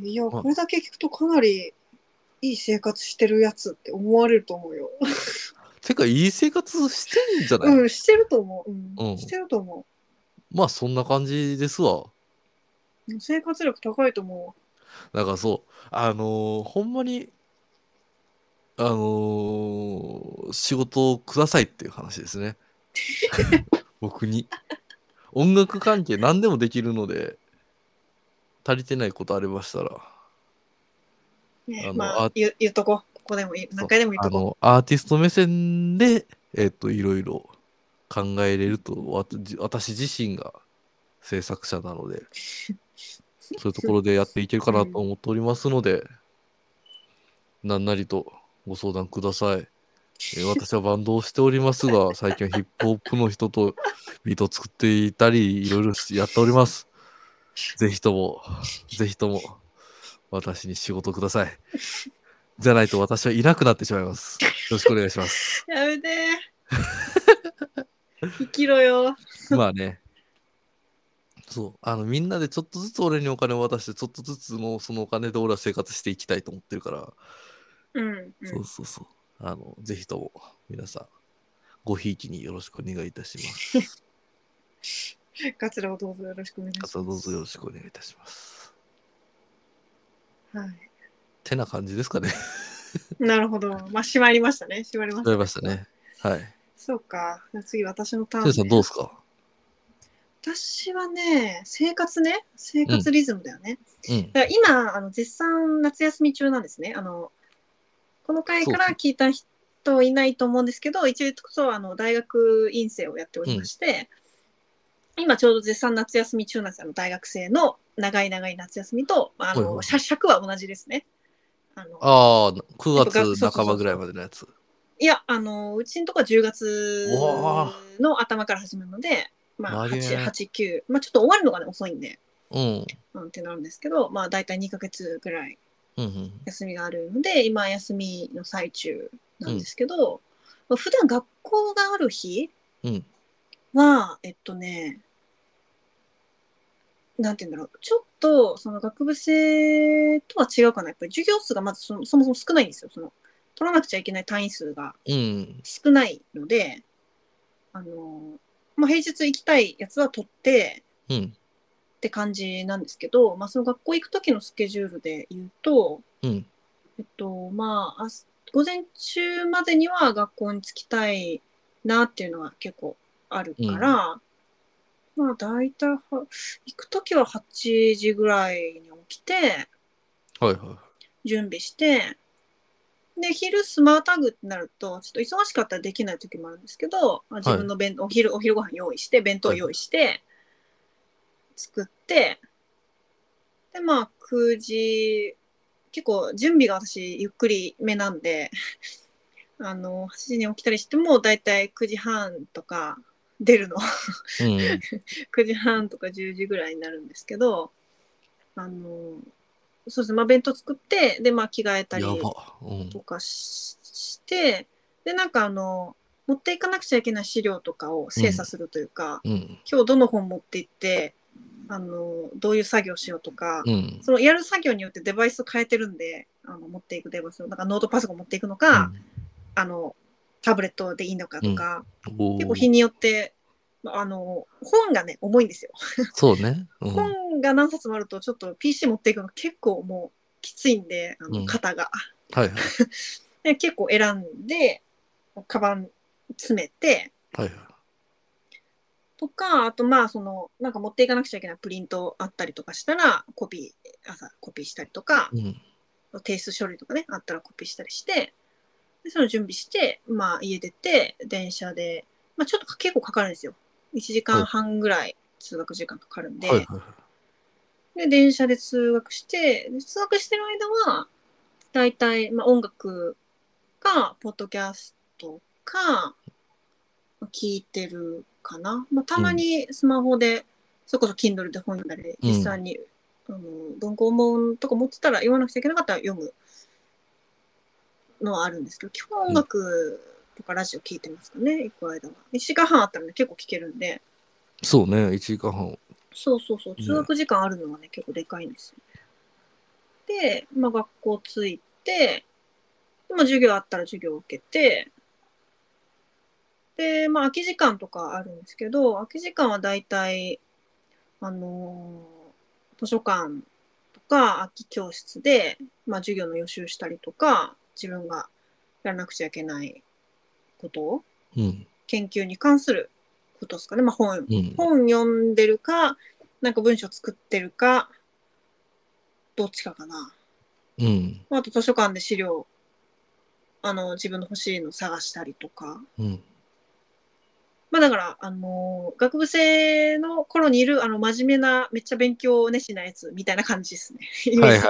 Speaker 2: いや、これだけ聞くとかなりいい生活してるやつって思われると思うよ。
Speaker 3: うてかいい生活してんじゃない、
Speaker 2: うん、してると思う。うん、
Speaker 3: うん
Speaker 2: してると思
Speaker 3: まあそんな感じですわ
Speaker 2: う。生活力高いと思
Speaker 3: だからそうあのーほんまにあのー仕事をくださいっていう話で すね僕に音楽関係何でもできるので足りてないことありましたら
Speaker 2: う。ね
Speaker 3: あの
Speaker 2: まあ
Speaker 3: あ
Speaker 2: 言う、言っとこう。ここでもいい、何回でも言っ
Speaker 3: あ
Speaker 2: とこ
Speaker 3: のアーティスト目線でえっ、といろいろ考えれるとわじ私自身が制作者なのでそういうところでやっていけるかなと思っておりますので、なんなりとご相談ください、えー私はバンドをしております が最近はヒップホップの人とビートを作っていたりいろいろやっておりますぜひともぜひとも私に仕事をくださいじゃないと私はいなくなってしまいます。よろしくお願いし ます。
Speaker 2: う。やめて。生きろよ。
Speaker 3: まあね、そうあのみんなでちょっとずつ俺にお金を渡してちょっとずつのそのお金で俺は生活していきたいと思ってるから、
Speaker 2: うん、うん。
Speaker 3: そうそうそうあのぜひとも皆さんごひいきによろしくお願いいたし ます
Speaker 2: ガツラをどうぞよろしくお願いしま
Speaker 3: あ
Speaker 2: す。
Speaker 3: とどうぞよろしくお願いいたします
Speaker 2: はい。
Speaker 3: てな感じですかね
Speaker 2: なるほど。まあ、閉まりましたね。閉まりま した。
Speaker 3: わりましたねはい
Speaker 2: そうか。じゃあ次、私のターン
Speaker 3: せ
Speaker 2: ね、
Speaker 3: いさんどうですか
Speaker 2: 私はね、生活ね、生活リズムだよね。
Speaker 3: うん
Speaker 2: だから今、あの絶賛夏休み中なんですね。あのこの回から聞いた人いないと思うんですけど、一応言っとくとあの大学院生をやっておりまして、今ちょうど絶賛夏休み中なんですよ。あの大学生の長い長い夏休みと、まあ、あ
Speaker 3: はい
Speaker 2: の
Speaker 3: はい
Speaker 2: 社尺は同じですね。あの
Speaker 3: あ
Speaker 2: や
Speaker 3: あ
Speaker 2: っぱ
Speaker 3: 9
Speaker 2: 学
Speaker 3: 月半ばぐらいまでのやつ
Speaker 2: いや、あの、うちのとこは10月
Speaker 3: うわ
Speaker 2: の頭から始まるので、まあ、
Speaker 3: 長いね
Speaker 2: 8、8、9、まあ、ちょっと終わるのがね、遅いんで、
Speaker 3: うん
Speaker 2: なんてなるんですけど、まあ、大体2ヶ月ぐらい
Speaker 3: うんうん
Speaker 2: 休みがあるので、今、休みの最中なんですけど、まあ普段学校がある日
Speaker 3: うん
Speaker 2: は、えっとね、なんて言うんだろう、ちょっと、その学部生とは違うかな、やっぱり授業数がまずそのそもそも少ないんですよ、その、取らなくちゃいけない単位数が。
Speaker 3: うん
Speaker 2: 少ないので、あのまあ、平日行きたいやつは取って
Speaker 3: うん
Speaker 2: って感じなんですけど、まあ、その学校行く時のスケジュールで言うと、
Speaker 3: うん
Speaker 2: えっとまあ、明日午前中までには学校に着きたいなっていうのは結構あるから、まあ大体は行く時は8時ぐらいに起きて
Speaker 3: はいは
Speaker 2: 準備してで昼スマータグってなるとちょっと忙しかったらできない時もあるんですけど、まあ、自分の弁、お昼お昼ご飯用意して弁当用意して、作ってでまあ9時結構準備が私ゆっくりめなんで あの8時に起きたりしてもだいたい9時半とか出るの
Speaker 3: いうん
Speaker 2: 9時半とか10時ぐらいになるんですけどあのそうですねまあ弁当作ってでまあ着替えたり
Speaker 3: やばうん
Speaker 2: とかししてでなんかあの持っていかなくちゃいけない資料とかを精査するというか、
Speaker 3: うん
Speaker 2: 今日どの本持って行ってあのどういう作業しようとか、
Speaker 3: うん
Speaker 2: そのやる作業によってデバイス変えてるんであの持っていくデバイスをなんかノートパソコン持っていくのか、あのタブレットでいいのかとか、
Speaker 3: お
Speaker 2: 結構日
Speaker 3: ー
Speaker 2: によってまああの本がね重いんですよ。
Speaker 3: そうねうん
Speaker 2: 本が何冊もあるとちょっと PC 持っていくの結構もうきついんであ
Speaker 3: う
Speaker 2: の
Speaker 3: ん
Speaker 2: 肩が、
Speaker 3: はいはい
Speaker 2: で結構選んでカバン詰めて
Speaker 3: はいはい
Speaker 2: とかあとまあそのなんか持っていかなくちゃいけないプリントあったりとかしたらコピー朝コピーしたりとか
Speaker 3: うん
Speaker 2: 提出書類とかねあったらコピーしたりしてでその準備して、まあ、家出て電車で、まあ、ちょっと結構かかるんですよ1時間半ぐらい通学時間かかるんで、
Speaker 3: はいはいはい
Speaker 2: で電車で通学してで通学してる間は大体、まあ、音楽かポッドキャストかまあ聞いてるかな、まあ、たまにスマホで、それこそ Kindle で本読んだり
Speaker 3: うん
Speaker 2: 実際に、あの文庫本とか持ってたら読まなくちゃいけなかったら読むのはあるんですけど基本音楽とかラジオ聞いてますかね、行く間は1時間半あったらね結構聞けるんで
Speaker 3: そうね1時間半
Speaker 2: そうそうそう、
Speaker 3: ね
Speaker 2: 通学時間あるのがね、結構でかいんですよ。で、まあ、学校着いて、まあ、授業あったら授業を受けて、で、まあ、空き時間とかあるんですけど、空き時間は大体、あのー図書館とか空き教室で、まあ、授業の予習したりとか、自分がやらなくちゃいけないことを、
Speaker 3: うん
Speaker 2: 研究に関することですかね、まあ、本
Speaker 3: うん
Speaker 2: 本読んでるか、なんか文章作ってるか、どっちかかな。
Speaker 3: うん
Speaker 2: まああと図書館で資料、あの、自分の欲しいの探したりとか。
Speaker 3: うん
Speaker 2: まあだから、あのー学部生の頃にいる、あの、真面目な、めっちゃ勉強熱心なやつみたいな感じですね。イメー
Speaker 3: はい
Speaker 2: ジ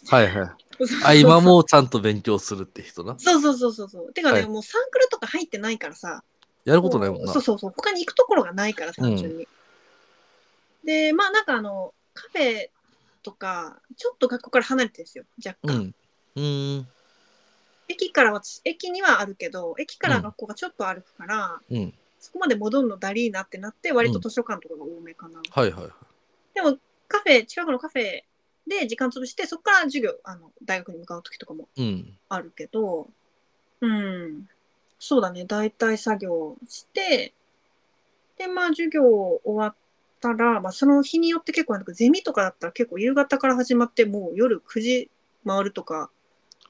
Speaker 2: 的
Speaker 3: はい
Speaker 2: に
Speaker 3: はいはい。はいはい。
Speaker 2: そうそうそう
Speaker 3: あ、今もうちゃんと勉強するって人な。
Speaker 2: そうそうそうそうそう。てかね、
Speaker 3: はい
Speaker 2: もうサークルとか入ってないからさ、
Speaker 3: やることないもんな。
Speaker 2: そうそうそう他に行くところがないから
Speaker 3: うん
Speaker 2: 単純に、でまあなんかあのカフェとかちょっと学校から離れてるんですよ若
Speaker 3: う
Speaker 2: 干、
Speaker 3: ん。うーん。
Speaker 2: 駅から私駅にはあるけど駅から学校がちょっと歩くから、
Speaker 3: うん。
Speaker 2: そこまで戻るのだりーなってなって割と図書館とかが多めかな、
Speaker 3: はいはいはい。
Speaker 2: でもカフェ近くのカフェで時間潰してそこから授業あの大学に向かう時とかも
Speaker 3: うん。
Speaker 2: あるけどうんそうだね大体作業してでまあ授業終わったら、まあ、その日によって結構なんかゼミとかだったら結構夕方から始まってもう夜9時回るとか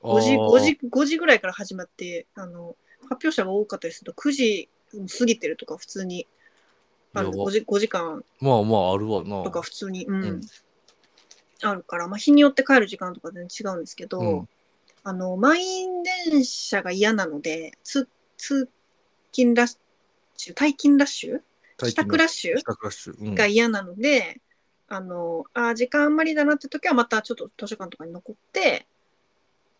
Speaker 2: 5時
Speaker 3: あー
Speaker 2: ,5 時 ,5 時ぐらいから始まってあの発表者が多かったりすると9時過ぎてるとか普通にあの
Speaker 3: やば
Speaker 2: 5, 時5時間
Speaker 3: まあまああるわな。
Speaker 2: とか普通に、うん
Speaker 3: うん
Speaker 2: あるから、まあ、日によって帰る時間とか全然違うんですけど、
Speaker 3: うん
Speaker 2: あの満員電車が嫌なので通通勤ラッシュ退勤ラッシュ帰宅ラッシュ
Speaker 3: 帰宅ラッシュ。うん
Speaker 2: が嫌なので、あのあー時間あんまりだなって時はまたちょっと図書館とかに残って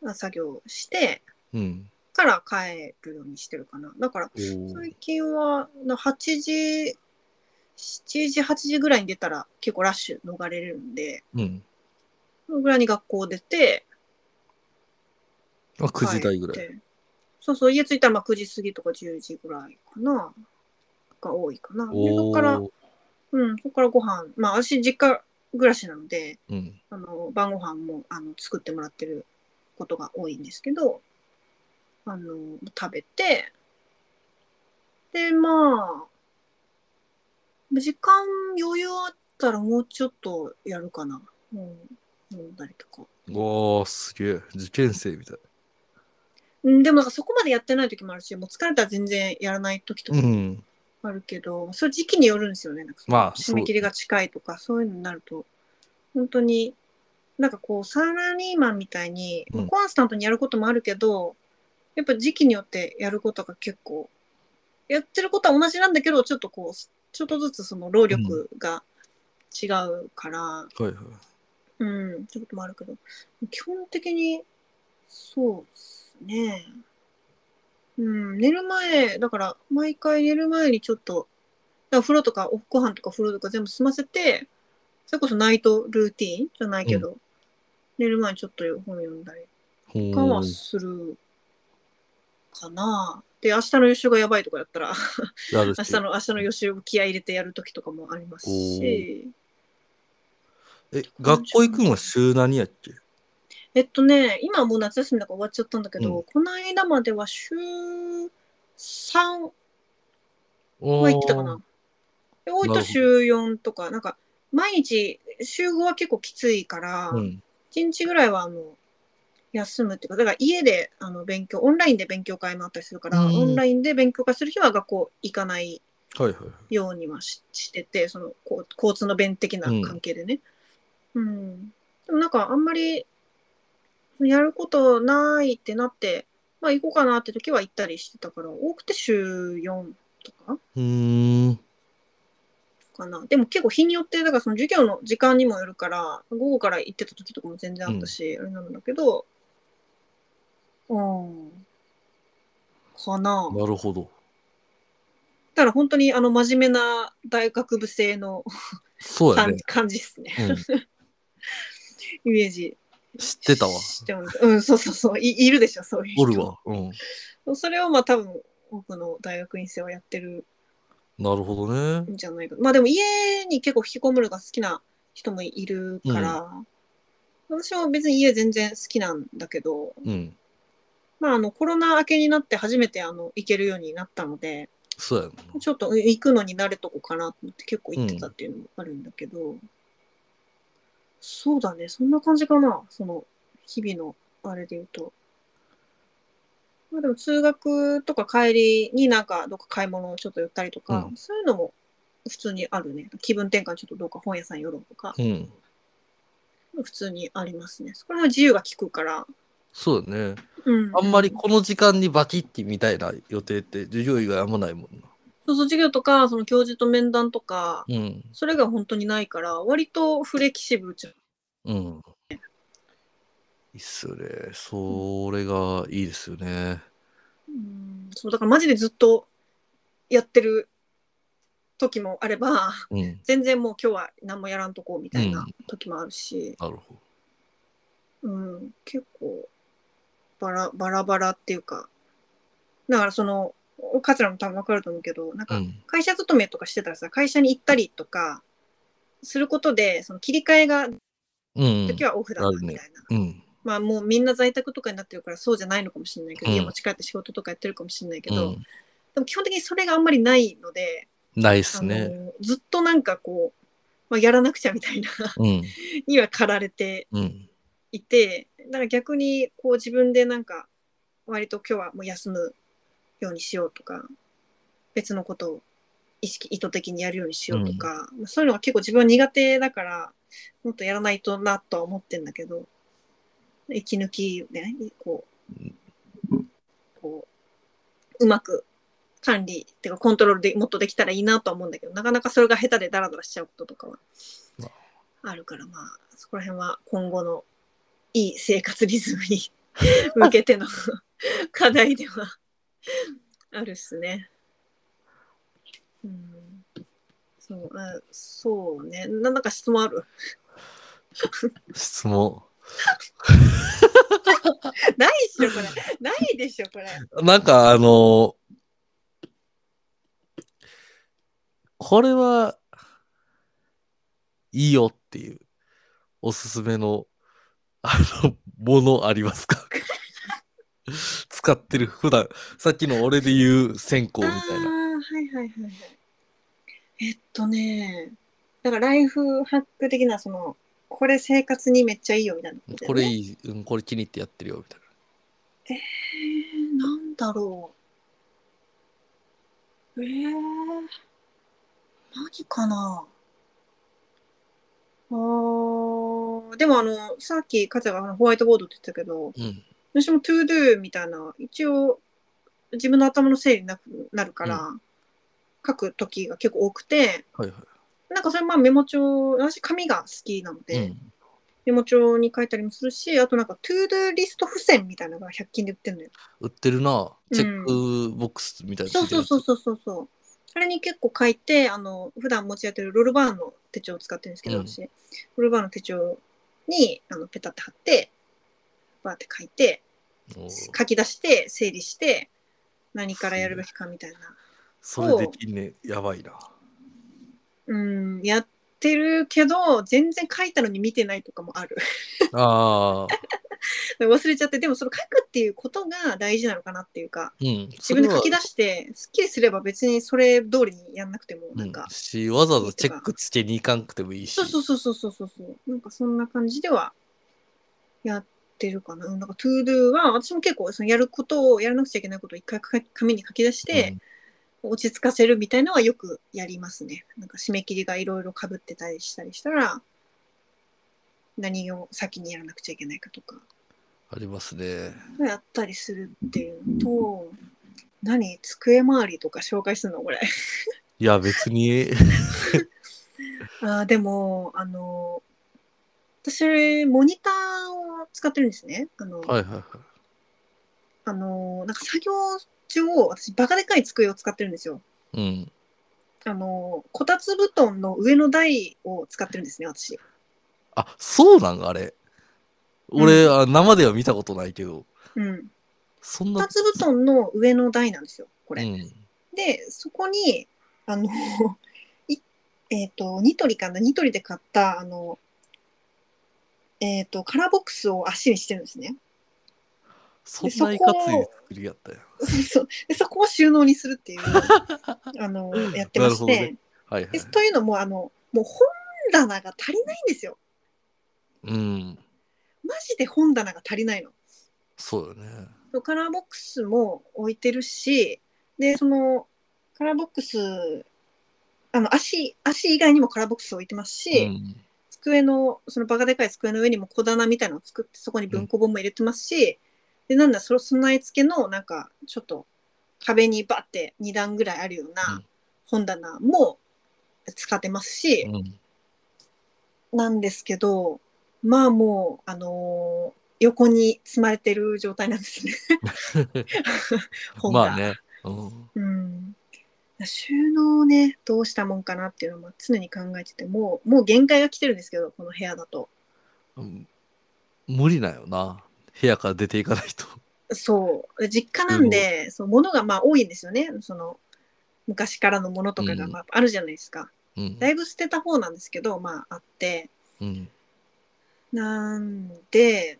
Speaker 2: まあ作業して
Speaker 3: うん。
Speaker 2: から帰るようにしてるかなだから
Speaker 3: おー
Speaker 2: 最近はな8時7時8時ぐらいに出たら結構ラッシュ逃れれるんで
Speaker 3: うん。
Speaker 2: そのぐらいに学校出て
Speaker 3: まあ9時台ぐらい。
Speaker 2: いそうそう家着いたらまあ9時過ぎとか10時ぐらいかなが多いかなでそこから
Speaker 3: おー
Speaker 2: うんそこからご飯まあ私実家暮らしなので
Speaker 3: うん。
Speaker 2: あの晩ご飯もあの作ってもらってることが多いんですけどあの食べてでまあ時間余裕あったらもうちょっとやるかな、うん、飲んだりとか
Speaker 3: わあ、すげえ。受験生みたい。
Speaker 2: うんでもなんかそこまでやってない時もあるしもう疲れたら全然やらない時と
Speaker 3: う
Speaker 2: かも
Speaker 3: ん。
Speaker 2: あるけど、それ時期によるんですよねなんかその
Speaker 3: まあそ
Speaker 2: 締
Speaker 3: う
Speaker 2: め切りが近いとかそういうのになると本当になんかこうサラリーマンみたいに、
Speaker 3: うん
Speaker 2: コンスタントにやることもあるけどやっぱ時期によってやることが結構やってることは同じなんだけどちょっとこうちょっとずつその労力が違うから、
Speaker 3: はいはい。
Speaker 2: うん、ってこともあるけど、基本的に、そうですね。うん、寝る前、だから、毎回寝る前にちょっと、だから風呂とか、おご飯とか風呂とか全部済ませて、それこそナイトルーティーンじゃないけど、寝る前にちょっと本読んだり
Speaker 3: ほー
Speaker 2: とかはするかな。で、明日の予習がやばいとかだったら、
Speaker 3: やる
Speaker 2: 明
Speaker 3: し
Speaker 2: 日の、明日の予習を気合い入れてやるときとかもありますし、
Speaker 3: え、学校行くんは週何やっけ
Speaker 2: えっとね、今はもう夏休みだから終わっちゃったんだけど、
Speaker 3: うん
Speaker 2: この間までは週3
Speaker 3: お
Speaker 2: は
Speaker 3: ー
Speaker 2: 行ってたかな。で多いと週4とか、なんか、毎日、週5は結構きついから、
Speaker 3: うん。
Speaker 2: 1日ぐらいはあの休むっていうか、だから家であの勉強、オンラインで勉強会もあったりするから、
Speaker 3: うん
Speaker 2: オンラインで勉強会する日は学校行かない
Speaker 3: はいはいはい。
Speaker 2: ようにはししててそのこう交通の便的な関係でね。うんでもなんかあんまりやることないってなって、まあ、行こうかなって時は行ったりしてたから多くて週4とか
Speaker 3: うーん。
Speaker 2: かなでも結構日によってだからその授業の時間にもよるから午後から行ってた時とかも全然あったし、あれなんだけどうんかな。
Speaker 3: なるほど。
Speaker 2: たら本当にあの真面目な大学部生の
Speaker 3: そうや
Speaker 2: 感
Speaker 3: ね
Speaker 2: じ。感じですね。
Speaker 3: うん、
Speaker 2: イメージ
Speaker 3: 知ってたわ。
Speaker 2: してますうん、そうそうそうい、いるでしょ、そういう人
Speaker 3: おるわ。うん。
Speaker 2: それをまあ多分多くの大学院生はやってる
Speaker 3: なるほどね。
Speaker 2: んじゃないか。まあでも家に結構引きこもるのが好きな人もいるから、私は別に家全然好きなんだけど、
Speaker 3: うん。
Speaker 2: まああのコロナ明けになって初めてあの行けるようになったので、
Speaker 3: そうやな。
Speaker 2: ちょっとうん行くのに慣れとこかなと思って結構行ってたっていうのもあるんだけど、そうだね、そんな感じかな、その日々のあれで言うと。まあでも通学とか帰りになんかどっか買い物をちょっと寄ったりとか、
Speaker 3: う
Speaker 2: そういうのも普通にあるね。気分転換ちょっとどっか本屋さん寄ろうとか、
Speaker 3: うん。
Speaker 2: 普通にありますね。そこら辺は自由が利くから。
Speaker 3: そうだね。
Speaker 2: うん、
Speaker 3: あんまりこの時間にバキッてみたいな予定って授業以外あんまないもんな。
Speaker 2: そうそう、授業とか、その教授と面談とか、
Speaker 3: うん。
Speaker 2: それが本当にないから、割とフレキシブルっちゃ
Speaker 3: うん。いいっすよね。それがいいですよね。
Speaker 2: うんそうだからマジでずっとやってる時もあれば
Speaker 3: うん。
Speaker 2: 全然もう今日は何もやらんとこうみたいうなん時もあるし、
Speaker 3: なるほ
Speaker 2: うん結構バラバラバラっていうかだからその桂も多分分かると思うけどなん
Speaker 3: う
Speaker 2: か
Speaker 3: ん
Speaker 2: 会社勤めとかしてたらさ会社に行ったりとかすることでその切り替えが
Speaker 3: うん
Speaker 2: 時はオフだな
Speaker 3: ある
Speaker 2: み
Speaker 3: ね
Speaker 2: たいな、
Speaker 3: うん
Speaker 2: まあもうみんな在宅とかになってるからそうじゃないのかもしれないけど、
Speaker 3: うん
Speaker 2: 家持ち帰って仕事とかやってるかもしれないけ
Speaker 3: う
Speaker 2: ど、
Speaker 3: ん
Speaker 2: でも基本的にそれがあんまりないので、
Speaker 3: ないっす
Speaker 2: あの
Speaker 3: ね
Speaker 2: ずっとなんかこう、まあ、やらなくちゃみたいな
Speaker 3: うん
Speaker 2: には駆られて
Speaker 3: うん
Speaker 2: いてだから逆にこう自分でなんか割と今日はもう休むようにしようとか別のことを意識意図的にやるようにしようとか、まあそういうのが結構自分は苦手だからもっとやらないとなとは思ってんだけど息抜きをねこうこううまく管理っていうかコントロールでもっとできたらいいなとは思うんだけどなかなかそれが下手でダラダラしちゃうこととかはあるからまあそこら辺は今後のいい生活リズムに 向けての 課題ではあるっすね。うん、そうあそうねななんか質問ある
Speaker 3: 質問
Speaker 2: ないっしょこれないでしょこれ。
Speaker 3: なんかあのこれはいいよっていうおすすめのあのものありますか 使ってる普段さっきの俺で言う線香みたいな。
Speaker 2: ああーはいはいはいはい。えっとねだからライフハック的なそのこれ生活にめっちゃいいよみたいなことだよね、
Speaker 3: これいい、うん、これ気に入ってやってるよみたい
Speaker 2: えー、なんだろう。えー、何かなあーでもあの、さっき、かつがホワイトボードって言ってたけど、
Speaker 3: な。うん。
Speaker 2: 私もトゥードゥみたいな、一応、自分の頭の整理なくなるから、書く時が結構多くて、
Speaker 3: はいは
Speaker 2: なんかそれまあメモ帳、私紙が好きなの
Speaker 3: い。
Speaker 2: で、メモ帳に書いたりもするし、あとなんかトゥードゥリスト付箋みたいなのが100均で売ってるのよ。
Speaker 3: 売ってるな。
Speaker 2: うん
Speaker 3: チェックボックスみたいな
Speaker 2: そう
Speaker 3: やつ。
Speaker 2: そうそうそうそうそう。あれに結構書いて、あの、普段持ちやってるロールバーンの手帳を使ってるんですけど、
Speaker 3: うん
Speaker 2: 私、ロールバーンの手帳に、あの、ペタって貼って、バーって書いて、
Speaker 3: おう
Speaker 2: 書き出して、整理して、何からやるべきかみたいな。
Speaker 3: それできんね。やば いな。
Speaker 2: うん、やってるけど、全然書いたのに見てないとかもある。
Speaker 3: ああ。
Speaker 2: 忘れちゃって、でもその書くっていうことが大事なのかなっていうか、
Speaker 3: うん。
Speaker 2: 自分で書
Speaker 3: そ
Speaker 2: き
Speaker 3: れは
Speaker 2: 出して、すっきりすれば別にそれ通りにやんなくても、なんか
Speaker 3: うん、しわざわざチェックつけに行かんくてもいいし
Speaker 2: そうそうそうそうそうそうそうなんかそんな感じではやってるかなうんなんかトゥードゥは私も結構そのやることをやらなくちゃいけないことを一回か紙に書き出して、落ち着かせるみたいのはよくやりますねなんか締め切りがいろいろかぶってたりしたりしたら何を先にやらなくちゃいけないかとか
Speaker 3: うんありますね
Speaker 2: やったりするっていうのと何机周りとか紹介するのこれ
Speaker 3: いや別に
Speaker 2: あーでもあの私モニターを使ってるんですねあの、
Speaker 3: はいはいはい
Speaker 2: あのなんか作業中私バカでかい机を使ってるんですよ
Speaker 3: うん
Speaker 2: あのこたつ布団の上の台を使ってるんですね私
Speaker 3: あそうなんあれ俺、あ生では見たことないけど
Speaker 2: うん
Speaker 3: そん
Speaker 2: こ
Speaker 3: な
Speaker 2: たつ布団の上の台なんですよこ
Speaker 3: う
Speaker 2: れ、
Speaker 3: ん
Speaker 2: でそこにあの いえっ、とニトリかなニトリで買ったあのえっ、とカラーボックスを足にしてるんですね
Speaker 3: そんないかつい作りやったやん
Speaker 2: そうそうでそこを収納にする っていうあのやってまして、
Speaker 3: なるほどねはいはい
Speaker 2: でというのもあのもう本棚が足りないんですよ
Speaker 3: うん
Speaker 2: マジで本棚が足りないの
Speaker 3: そうよね
Speaker 2: そうカラーボックスも置いてるしでそのカラーボックスあの足足以外にもカラーボックス置いてますし、
Speaker 3: うん
Speaker 2: 机のそのバカでかい机の上にも小棚みたいなのを作ってそこに文庫本も入れてますし、でなんだその備え付けのなんかちょっと壁にバッて2段ぐらいあるよう
Speaker 3: う
Speaker 2: なん本棚も使ってますし、
Speaker 3: うん
Speaker 2: なんですけどまあもうあのー横に積まれてる状態なんです ね。 本が
Speaker 3: まあねうん
Speaker 2: うん収納をねどうしたもんかなっていうのも常に考えててもうもう限界が来てるんですけどこの部屋だと
Speaker 3: うん無理だよな部屋から出ていかないと
Speaker 2: そう実家なんで、そう物がまあ多いんですよねその昔からのものとかが
Speaker 3: うん
Speaker 2: まああるじゃないですか、
Speaker 3: うん
Speaker 2: だいぶ捨てた方なんですけどまああって
Speaker 3: うん
Speaker 2: なんで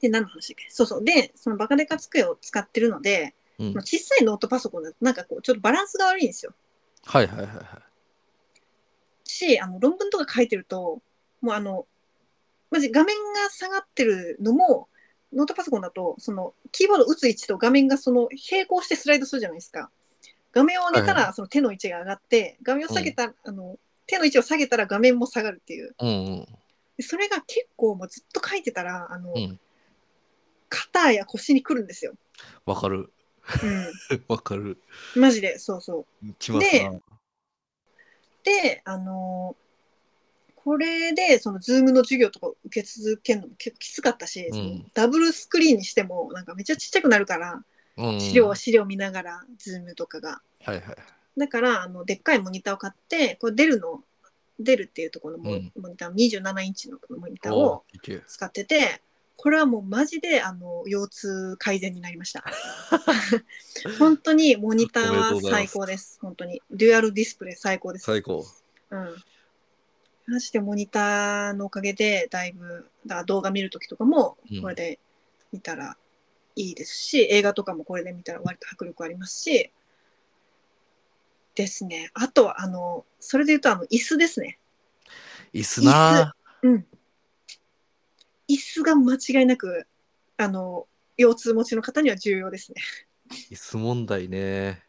Speaker 2: で何の話だっけそうそうでそのバカデカ机を使ってるので、
Speaker 3: うん
Speaker 2: まあ、小さいノートパソコンだとなんかこうちょっとバランスが悪いんですよ
Speaker 3: はいはいはいはい
Speaker 2: しあの論文とか書いてるともうあのマジ画面が下がってるのもノートパソコンだとそのキーボード打つ位置と画面がその並行してスライドするじゃないですか画面を上げた
Speaker 3: はい
Speaker 2: らその手の位置が上がって画面を下げた、あの手の位置を下げたら画面も下がるっていう
Speaker 3: うんうん
Speaker 2: でそれが結構もうずっと書いてたらあの、
Speaker 3: うん
Speaker 2: 肩や腰にくるんですよ、
Speaker 3: わかるわかる
Speaker 2: うん、マジでそうそう
Speaker 3: きますな
Speaker 2: であのこれでその Zoom の授業とか受け続けるのも結構きつかったし、
Speaker 3: うん
Speaker 2: そのダブルスクリーンにしてもなんかめっちゃちっちゃくなるから、
Speaker 3: うん
Speaker 2: 資料は資料見ながら Zoom とかが
Speaker 3: はいはい
Speaker 2: だからあのでっかいモニターを買ってこれ出るの出るっていうところのモ,、
Speaker 3: うん
Speaker 2: モニター27インチのモニター
Speaker 3: お
Speaker 2: を
Speaker 3: いけ
Speaker 2: 使っててこれはもうマジであの腰痛改善になりました 本当にモニターは最高です本当にデュアルディスプレイ最高です
Speaker 3: 最高
Speaker 2: うんマジでモニターのおかげでだいぶだから動画見るときとかも
Speaker 3: うん
Speaker 2: これで見たらいいですし、映画とかもこれで見たら割と迫力ありますしですねあとはあのそれで言うとあの椅子ですね
Speaker 3: 椅子な
Speaker 2: うん椅子が間違いなくあの腰痛持ちの方には重要ですね
Speaker 3: 椅子問題ね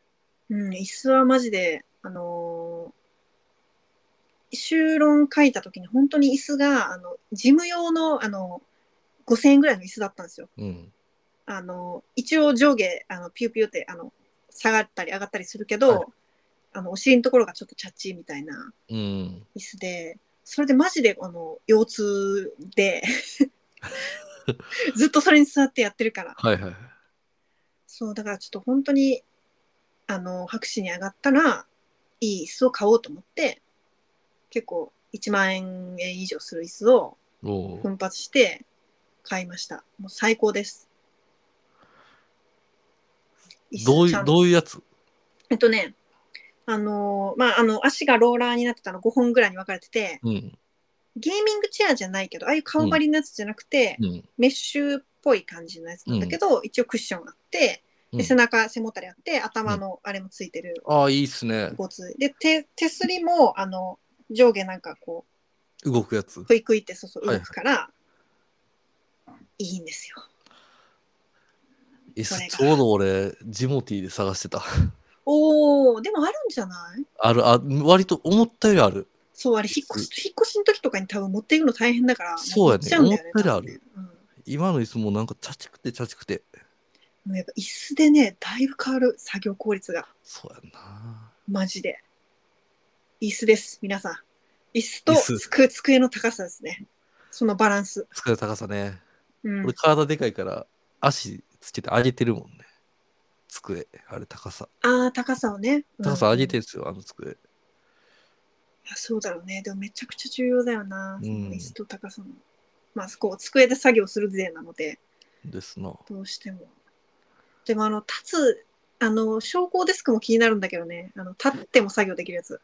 Speaker 2: うん椅子はマジであのー修論書いた時に本当に椅子があの事務用のあの5,000円ぐらいの椅子だったんですよ。
Speaker 3: うん
Speaker 2: あの一応上下あのピューピューってあの下がったり上がったりするけど、
Speaker 3: はい
Speaker 2: あのお尻のところがちょっとチャッチーみたいな
Speaker 3: うん
Speaker 2: 椅子でそれでマジであの腰痛 でずっとそれに座ってやってるから
Speaker 3: はいはいはい
Speaker 2: そうだからちょっと本当にあの博士に上がったらいい椅子を買おうと思って結構1万円以上する椅子を
Speaker 3: おう
Speaker 2: 奮発して買いましたもう最高です
Speaker 3: どう
Speaker 2: 椅子ち
Speaker 3: い
Speaker 2: ゃ
Speaker 3: うんどういうやつ
Speaker 2: えっとねあのーまああの足がローラーになってたの5本ぐらいに分かれてて
Speaker 3: うん
Speaker 2: ゲーミングチェアじゃないけどああいう顔張りのやつじゃなくて、
Speaker 3: うん
Speaker 2: メッシュっぽい感じのやつなんだけど、一応クッションあって、
Speaker 3: う
Speaker 2: で
Speaker 3: ん
Speaker 2: 背中背もたれあって頭のあれもついてる
Speaker 3: ああいいっすね
Speaker 2: ごついで手手すりもあの上下なんかこ
Speaker 3: 動くやつ
Speaker 2: うクイクイってそうそう
Speaker 3: はい
Speaker 2: 動くから、い、いんですよ
Speaker 3: 椅
Speaker 2: それ
Speaker 3: 子
Speaker 2: が
Speaker 3: ちょうど俺ジモティーで探してた
Speaker 2: おおでもあるんじゃない
Speaker 3: あるあ割と思ったよりある
Speaker 2: そうあれ引っ越し引っ越しの時とかに多分持っていくの大変だから
Speaker 3: そうやね
Speaker 2: 持っちゃうんだよね
Speaker 3: 思ったよ
Speaker 2: 多
Speaker 3: り
Speaker 2: 分
Speaker 3: あ
Speaker 2: ね
Speaker 3: る今の椅子もなんかチャチくてチャチくて
Speaker 2: うん、もうやっぱ椅子でねだいぶ変わる作業効率が
Speaker 3: そうやんな
Speaker 2: マジで椅子です皆さん椅子と
Speaker 3: 椅子
Speaker 2: 机机の高さですねそのバランス、
Speaker 3: 疲れ高さね
Speaker 2: うん
Speaker 3: 俺、体でかいから足つけて上げてるもんね机あれ高さ
Speaker 2: ああ高さをね
Speaker 3: 高さ上げ
Speaker 2: て
Speaker 3: てるんですよあの机
Speaker 2: いやそうだろうね。でもめちゃくちゃ重要だよな。
Speaker 3: うん
Speaker 2: その椅子と高さの。まあ、そこ、机で作業する勢なので、
Speaker 3: ですな
Speaker 2: どうしても。でも、あの、立つ、あの、昇降デスクも気になるんだけどね。あの、立っても作業できるやつ。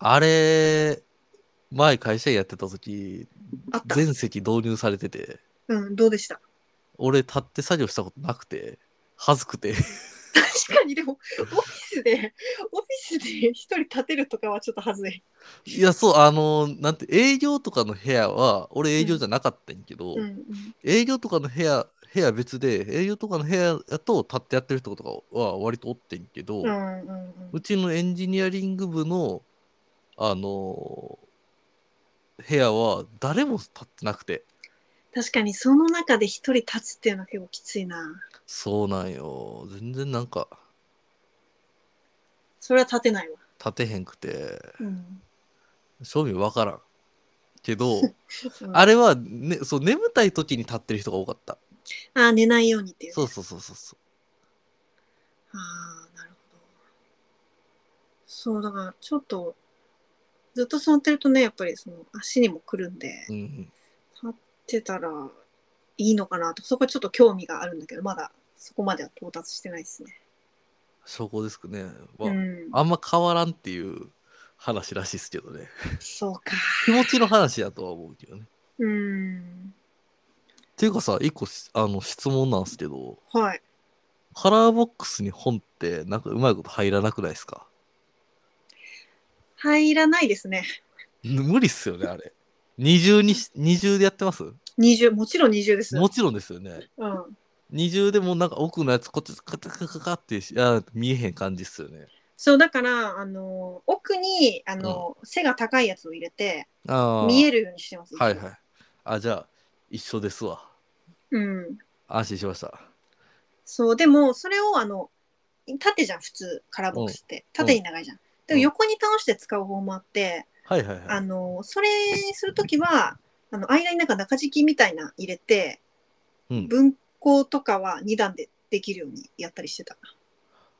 Speaker 3: あれ前会社員やってた時
Speaker 2: あった。
Speaker 3: 全席導入されてて
Speaker 2: うん、どうでした
Speaker 3: 俺立って作業したことなくて恥ずくて
Speaker 2: 確かに、でも、オフィスで、オフィスで一人立てるとかはちょっとはずい。
Speaker 3: いやそうあのなんて営業とかの部屋は俺営業じゃなかったんやけど、
Speaker 2: うん、うん。
Speaker 3: 営業とかの部屋部屋別で営業とかの部屋やと立ってやってる人とかは割とおってんけど、
Speaker 2: うん、うんう。
Speaker 3: うんちのエンジニアリング部の、あのー部屋は誰も立ってなくて。
Speaker 2: 確かに、その中で一人立つっていうのは結構きついな。
Speaker 3: そうなんよ。全然なんか、
Speaker 2: それは立てないわ。
Speaker 3: 立てへんくて、
Speaker 2: うん。
Speaker 3: 正味わからん。けど、
Speaker 2: うん
Speaker 3: あれは、ね、そう、眠たい時に立ってる人が多かった。
Speaker 2: あー、寝ないようにっていうね、
Speaker 3: そうそうそうそうそ
Speaker 2: ああ、なるほど。そう、だからちょっと、ずっと座ってるとね、やっぱりその足にもくるんで
Speaker 3: う。、うん
Speaker 2: 立ってたら、いいのかなとそこちょっと興味があるんだけどまだそこまでは到達してないですね。
Speaker 3: そこですかね、まあ
Speaker 2: うん、
Speaker 3: あんま変わらんっていう話らしいですけどね
Speaker 2: そうか。
Speaker 3: 気持ちの話だとは思うけどね
Speaker 2: うん。
Speaker 3: っていうかさ一個しあの質問なんですけど
Speaker 2: はい。
Speaker 3: カラーボックスに本ってなんかうまいこと入らなくないですか
Speaker 2: 入らないですね。
Speaker 3: ん無理っすよねあれ二重にし二重でやってます
Speaker 2: 二重もちろん二重です。
Speaker 3: もちろんですよね
Speaker 2: うん。
Speaker 3: 二重でもうなんか奥のやつこっちカタカタカタってしあー見えへん感じっすよね
Speaker 2: そうだからあの奥にあの、背が高いやつを入れて
Speaker 3: ああ
Speaker 2: 見え
Speaker 3: る
Speaker 2: るようにしてます。
Speaker 3: はいはいあじゃあ一緒ですわ
Speaker 2: うん。
Speaker 3: 安心しました
Speaker 2: そうでもそれをあの縦じゃん普通カラーボックスって縦に長いじゃん。でも横に倒して使う方もあって、
Speaker 3: はいはいは
Speaker 2: あ
Speaker 3: い
Speaker 2: のそれにするときはあの間になんか中敷きみたいな入れて
Speaker 3: うん
Speaker 2: 文庫とかは2段でできるようにやったりしてた。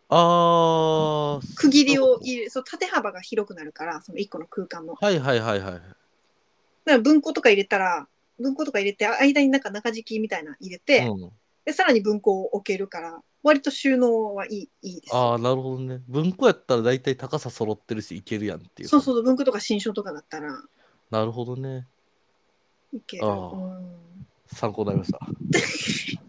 Speaker 3: あー
Speaker 2: 区切りを入れそう縦幅が広くなるからその1個の空間の。
Speaker 3: はいはいはいはい
Speaker 2: だから文庫とか入れたら文庫とか入れて間になんか中敷きみたいなの入れて、
Speaker 3: うん、
Speaker 2: でさらに文庫を置けるから割と収納はいいいいです。
Speaker 3: ああなるほどね文庫やったら大体高さ揃ってるしいけるやんっていう
Speaker 2: そうそううそう文庫とか新書とかだったら
Speaker 3: なるほどね
Speaker 2: いける。
Speaker 3: あ
Speaker 2: う
Speaker 3: あ
Speaker 2: ん
Speaker 3: 参考になりました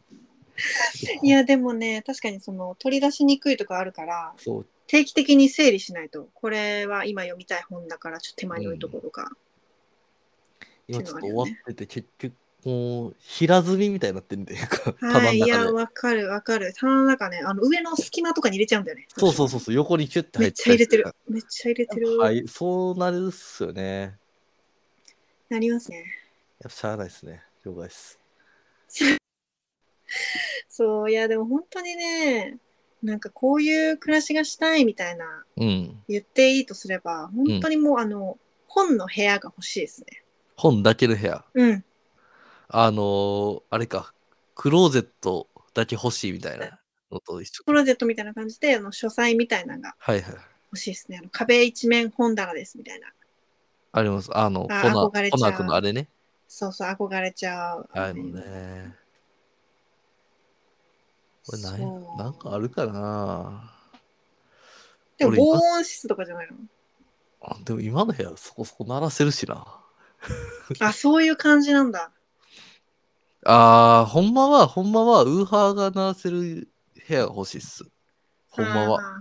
Speaker 2: いやでもね確かにその取り出しにくいとかあるから
Speaker 3: そう
Speaker 2: 定期的に整理しないとこれは今読みたい本だからちょっと手前に置いとこうとか、
Speaker 3: 今ちょっと
Speaker 2: っていう
Speaker 3: 終
Speaker 2: のはあ
Speaker 3: わっ
Speaker 2: るよね
Speaker 3: てて、結局もう平積みみたいになってんで棚
Speaker 2: は
Speaker 3: の
Speaker 2: いい
Speaker 3: 中
Speaker 2: や
Speaker 3: で
Speaker 2: わかるわかる棚の中ねあの上の隙間とかに入れちゃうんだよね
Speaker 3: そうそうそうそう横にキュッて
Speaker 2: め
Speaker 3: 入
Speaker 2: っ
Speaker 3: っ
Speaker 2: ちゃ入れてる
Speaker 3: たり
Speaker 2: めっちゃ入れて
Speaker 3: す
Speaker 2: る、
Speaker 3: はいそうなるっすよね
Speaker 2: なりますね
Speaker 3: やっぱしゃあないっすね了解っす
Speaker 2: そういやでも本当にねなんかこういう暮らしがしたいみたいな
Speaker 3: うん
Speaker 2: 言っていいとすれば本当にもう、あの本の部屋が欲しいですね
Speaker 3: 本だけの部屋
Speaker 2: うん
Speaker 3: あのーあれかクローゼットだけ欲しいみたいなのと一緒
Speaker 2: クローゼットみたいな感じであの書斎みたいなのが
Speaker 3: はいはい
Speaker 2: 欲しいですねあの壁一面本棚ですみたいな
Speaker 3: ありますあの
Speaker 2: あ
Speaker 3: コナ
Speaker 2: 憧れちゃ
Speaker 3: コ
Speaker 2: う
Speaker 3: ナン君のあれね
Speaker 2: そうそう憧れちゃう
Speaker 3: ああいうのねこれなんや
Speaker 2: そう
Speaker 3: なんかあるかな
Speaker 2: でも
Speaker 3: 俺
Speaker 2: 防音室とかじゃないの
Speaker 3: あでも今の部屋そこそこ鳴らせるしな
Speaker 2: あそういう感じなんだ
Speaker 3: あーほんまはほんまはウーハーが鳴らせる部屋が欲しいっすほんま
Speaker 2: はあ
Speaker 3: は
Speaker 2: は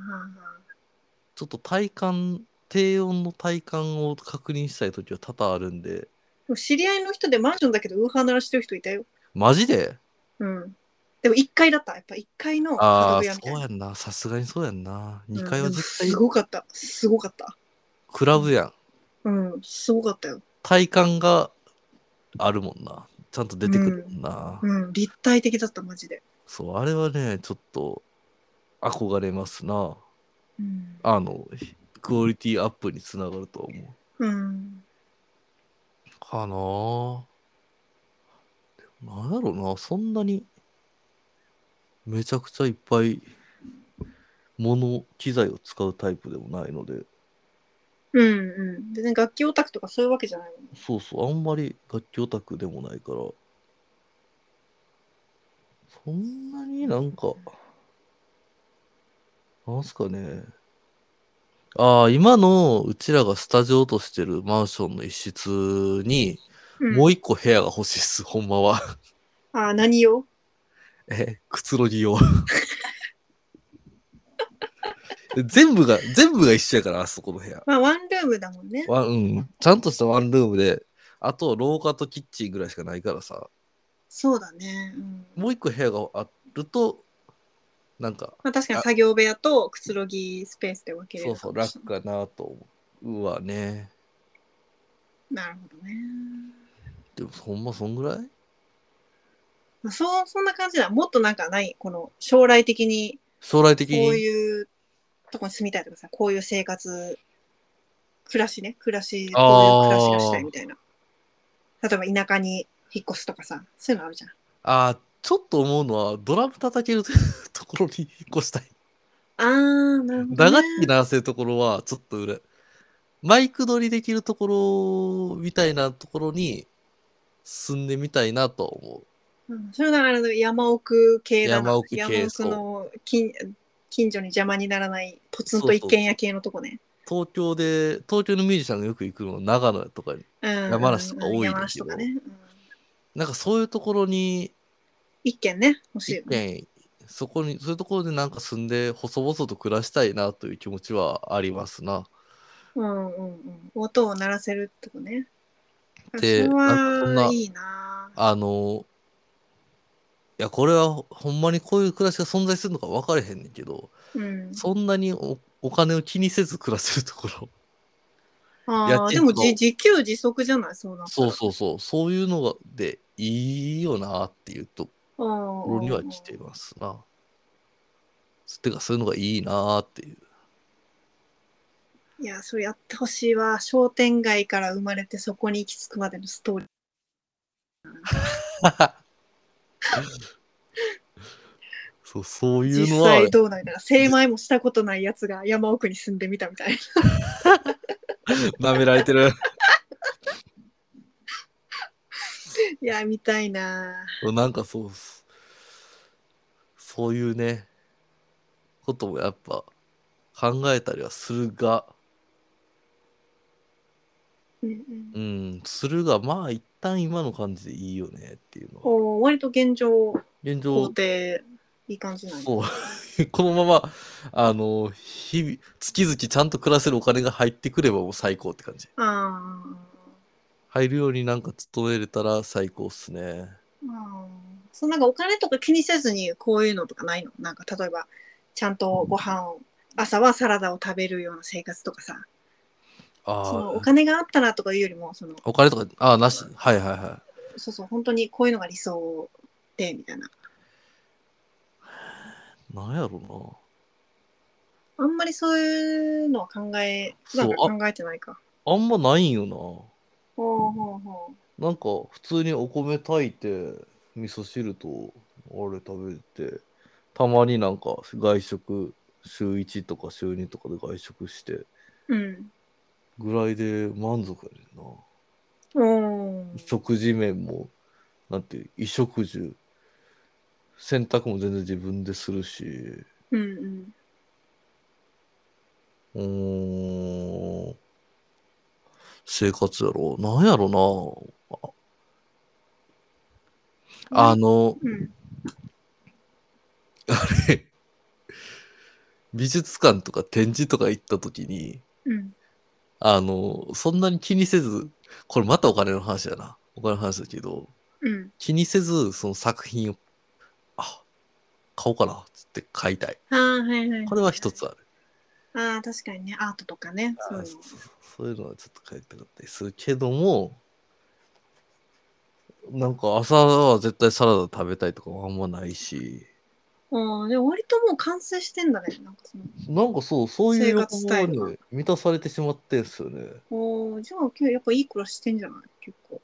Speaker 3: ちょっと体感低温の体感を確認したい時は多々あるんで
Speaker 2: でも知り合いの人でマンションだけどウーハー鳴らしてる人いたよ
Speaker 3: マジで
Speaker 2: うんでも1階だったやっぱ1階の
Speaker 3: あ
Speaker 2: 角
Speaker 3: あ
Speaker 2: 部屋みたい
Speaker 3: そう
Speaker 2: な
Speaker 3: やんなさすがにそうやんな2
Speaker 2: う
Speaker 3: 階
Speaker 2: んで
Speaker 3: は
Speaker 2: も
Speaker 3: 絶対
Speaker 2: すごかったすごかった
Speaker 3: クラブやん
Speaker 2: うんすごかったよ、
Speaker 3: 体感があるもんなちゃんと出てくるもんな、
Speaker 2: うん、立体的だったマジで、
Speaker 3: そうあれはねちょっと憧れますな
Speaker 2: うん
Speaker 3: あのクオリティアップにつながると思う
Speaker 2: うん、
Speaker 3: かなぁでもなんやろなそんなにめちゃくちゃいっぱい物機材を使うタイプでもないので
Speaker 2: うんうんでね楽器オタクとかそういうわけじゃないもん
Speaker 3: そうそうあんまり楽器オタクでもないからそんなになんかなんすかねああ今のうちらがスタジオとしてるマンションの一室に
Speaker 2: うん、
Speaker 3: もう一個部屋が欲しいっす、ほんまは
Speaker 2: あ何用
Speaker 3: え、 くつろぎ用。全部が、全部が一緒やから、あそこの部屋。
Speaker 2: まあワンルームだもんね
Speaker 3: ワンうん、ちゃんとしたワンルームで、あと廊下とキッチンぐらいしかないからさ、
Speaker 2: そうだね、うん
Speaker 3: もう一個部屋があると、なんか、
Speaker 2: まあ、確かに作業部屋とくつろぎスペースで分けれ
Speaker 3: そう
Speaker 2: るか
Speaker 3: そう、
Speaker 2: もしれ
Speaker 3: 楽かなと思うわね。
Speaker 2: ないなるほどね、
Speaker 3: でも、ほんまそんぐらい
Speaker 2: まあ、そうそんな感じだもっとなんかないこの将来的に
Speaker 3: 将来的
Speaker 2: こう
Speaker 3: に、
Speaker 2: いうとこに住みたいとかさこういう生活暮らしね暮らし
Speaker 3: あ
Speaker 2: こ
Speaker 3: ー
Speaker 2: ういう暮らしがしたいみたいな例えば田舎に引っ越すとかさそういうのあるじゃん
Speaker 3: あーちょっと思うのは、ドラム叩けるところに引っ 越したい。
Speaker 2: あーなるほ
Speaker 3: 打
Speaker 2: ど、
Speaker 3: 楽
Speaker 2: ね、
Speaker 3: 器鳴らせるところはちょっと裏マイク取りできるところみたいなところに住んでみたいなとは思う
Speaker 2: あうんそれならあの山奥系だな
Speaker 3: 山奥系
Speaker 2: 山奥の近近所に邪魔にならないポツンと一軒家系のとこね
Speaker 3: 東京で東京のミュージシャンがよく行くのは長野とかに
Speaker 2: うん
Speaker 3: 山梨とか多いね
Speaker 2: 山梨とかね、うん、
Speaker 3: なんかそういうところに
Speaker 2: 一軒ね欲しい
Speaker 3: 一
Speaker 2: よね
Speaker 3: 軒そこにそういうところでなんか住んで細々と暮らしたいなという気持ちはありますな。
Speaker 2: うんうんうん音を鳴らせるってことね
Speaker 3: で
Speaker 2: そこ
Speaker 3: なんかそんな
Speaker 2: はいいな
Speaker 3: あのいやこれはほほんまにこういう暮らしが存在するのか分かれへんねんけど
Speaker 2: うん
Speaker 3: そんなにおお金を気にせず暮らせるところ家
Speaker 2: あ
Speaker 3: 賃
Speaker 2: あでも
Speaker 3: と
Speaker 2: じ自給自足じゃないそうな
Speaker 3: そうそうそうそういうのがでいいよなっていうと
Speaker 2: う
Speaker 3: ところには来てますな。てかそういうのがいいなっていう。
Speaker 2: いやそれやってほしいわ商店街から生まれてそこに行き着くまでのストーリー
Speaker 3: そうそういう
Speaker 2: 実
Speaker 3: のは
Speaker 2: 際どうなんだろう精米もしたことないやつが山奥に住んでみたみたいな
Speaker 3: なめられてる。
Speaker 2: いやみたいな
Speaker 3: なんかそうっす。そういうね、こともやっぱ考えたりはするが、
Speaker 2: うんうん
Speaker 3: うん、するが、まあ一旦今の感じでいいよねっていうのは。
Speaker 2: おー割と現状
Speaker 3: 現
Speaker 2: 肯
Speaker 3: 状、
Speaker 2: 定いい感じなんだ
Speaker 3: そう このまま、あの、日々、月々ちゃんと暮らせるお金が入ってくればもう最高って感じ。
Speaker 2: あ
Speaker 3: 入るようになんか勤めれたら最高っすね。
Speaker 2: ーあーそのなんかお金とか気にせずにこういうのとかないのなんか例えばちゃんとご飯を朝はサラダを食べるような生活とかさその
Speaker 3: あ
Speaker 2: お
Speaker 3: あ、
Speaker 2: 金があったらとかいうよりもその
Speaker 3: お金とか、ああ、なし。はいはいは。
Speaker 2: そうそう本当にこういうのが理想でみたいない
Speaker 3: なんやろ
Speaker 2: あんまりそういうのは考え普段から考えてないか
Speaker 3: な。あんまないんよ
Speaker 2: ほうほうほう
Speaker 3: な。なんか普通にお米炊いて、味噌汁とあれ食べて、たまになんか外食、週1とか週2とかで外食して
Speaker 2: うん
Speaker 3: ぐらいで満足やねんな。
Speaker 2: うん
Speaker 3: 食事面も、なんていう、衣食住、洗濯も全然自分でするし。
Speaker 2: うんうん
Speaker 3: うーん。生活やろ。なんやろな。あの、
Speaker 2: うん
Speaker 3: 美術館とか展示とか行った時に、
Speaker 2: うん
Speaker 3: あの、そんなに気にせず、これまたお金の話やな。お金の話だけど、
Speaker 2: うん
Speaker 3: 気にせず、その作品を、あ、買おうかな、つって買いたい。
Speaker 2: あーはいはいい
Speaker 3: これは一つある。
Speaker 2: あー確かにねアートとかねそういうの
Speaker 3: そうそうそうそういうのはちょっと書いてなかったりするけどもなんか朝は絶対サラダ食べたいとかもあんまないし
Speaker 2: あーでも割ともう完成してんだねなんかその
Speaker 3: なんかそうそういう
Speaker 2: 生活スタイルが
Speaker 3: 欲望に満たされてしまってんすよね
Speaker 2: おーじゃあ今日やっぱいい暮らししてんじゃない結構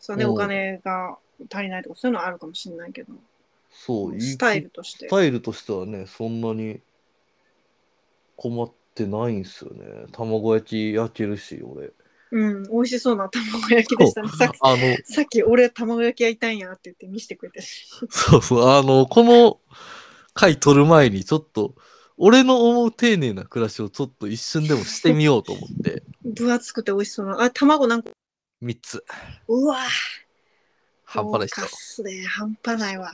Speaker 2: そうね
Speaker 3: うん
Speaker 2: お金が足りないとかそういうのはあるかもしれないけど
Speaker 3: そういい
Speaker 2: スタイルとして
Speaker 3: スタイルとしてはねそんなに困ってないんすよね卵焼き焼けるし俺
Speaker 2: うん美味しそうな卵焼きでしたねさっき
Speaker 3: あの
Speaker 2: さっき俺卵焼きやりたいんやって言って見せてくれてる。
Speaker 3: そうそう、あの、この回撮る前にちょっと、俺の思う丁寧な暮らしをちょっと一瞬でもしてみようと思って、
Speaker 2: 分厚くて美味しそうな。あ、卵なんか、
Speaker 3: 3つ、
Speaker 2: うわ
Speaker 3: 半端ないっす
Speaker 2: カ
Speaker 3: よ
Speaker 2: スで半端ないわ。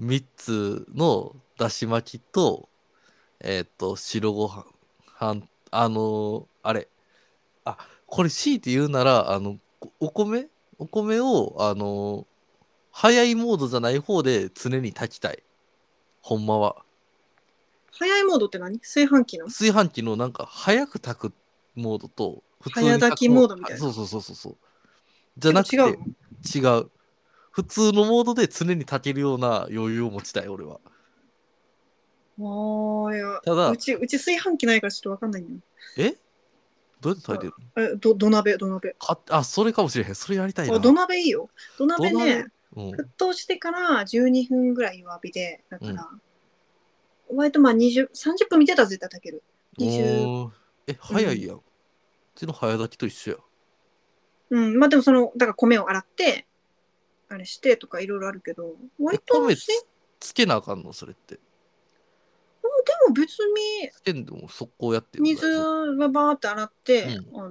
Speaker 3: 3つのだし巻きと、えーっ、と、白ご飯、はんあのーあれ、あ、これ強いて言うなら、あの、おお米お米を、あのー早いモードじゃない方で常に炊きたい。ほんまは。
Speaker 2: 早いモードって何炊飯器の
Speaker 3: 炊飯器のなんか早く炊くモードと普
Speaker 2: 早炊きモードみたいな
Speaker 3: そうそうそうそうそうじゃなくて
Speaker 2: 違
Speaker 3: 違
Speaker 2: う
Speaker 3: う普通のモードで常に炊けるような余裕を持ちたい俺は
Speaker 2: のあーいや。
Speaker 3: ただ
Speaker 2: うち、うち炊飯器ないからちょっとわかんないんだよ
Speaker 3: えどうやって炊いてるの
Speaker 2: え、ど、土鍋、土鍋。
Speaker 3: かあそれかもしれへんそれやりたいな
Speaker 2: あ、土鍋いいよ。土鍋
Speaker 3: 土
Speaker 2: ね
Speaker 3: 鍋、うん
Speaker 2: 沸騰してから12分ぐらい弱火で、だから、割とまあ20、30分見てたら絶対炊ける。20
Speaker 3: おーえ早いやん、うちの早炊きと一緒や
Speaker 2: うん、まあでもその、だから米を洗って、あれしてとかいろいろあるけど割と
Speaker 3: 米
Speaker 2: し
Speaker 3: つつけなあかんのそれって
Speaker 2: うんでも別に
Speaker 3: つけんでも速攻やってる
Speaker 2: 水はバーって洗って、
Speaker 3: う
Speaker 2: あの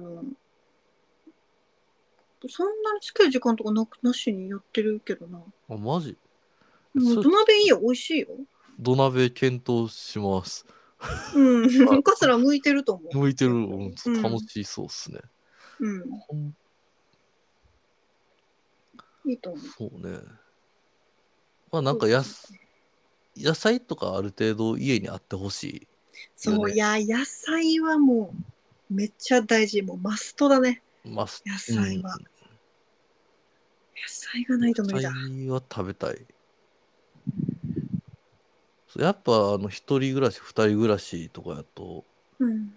Speaker 2: そんなにつける時間とかなくなしにやってるけどな
Speaker 3: あマジ
Speaker 2: も
Speaker 3: そう
Speaker 2: 土鍋いいよ美味しいよ
Speaker 3: 土鍋検討します
Speaker 2: う
Speaker 3: あ
Speaker 2: んカスラ向いてると思う
Speaker 3: 向いてる、う
Speaker 2: うん
Speaker 3: ん、楽しそうっすね、
Speaker 2: うんいいと思う
Speaker 3: そうねまあなんかやす野菜とかある程度家にあってほしい
Speaker 2: そ
Speaker 3: よ
Speaker 2: う
Speaker 3: ね
Speaker 2: いや野菜はもうめっちゃ大事もうマストだね
Speaker 3: まあ、す
Speaker 2: 野菜は野菜がないと無理だ
Speaker 3: 野菜は食べたい。そうやっぱあの一人暮らし二人暮らしとかやと
Speaker 2: うん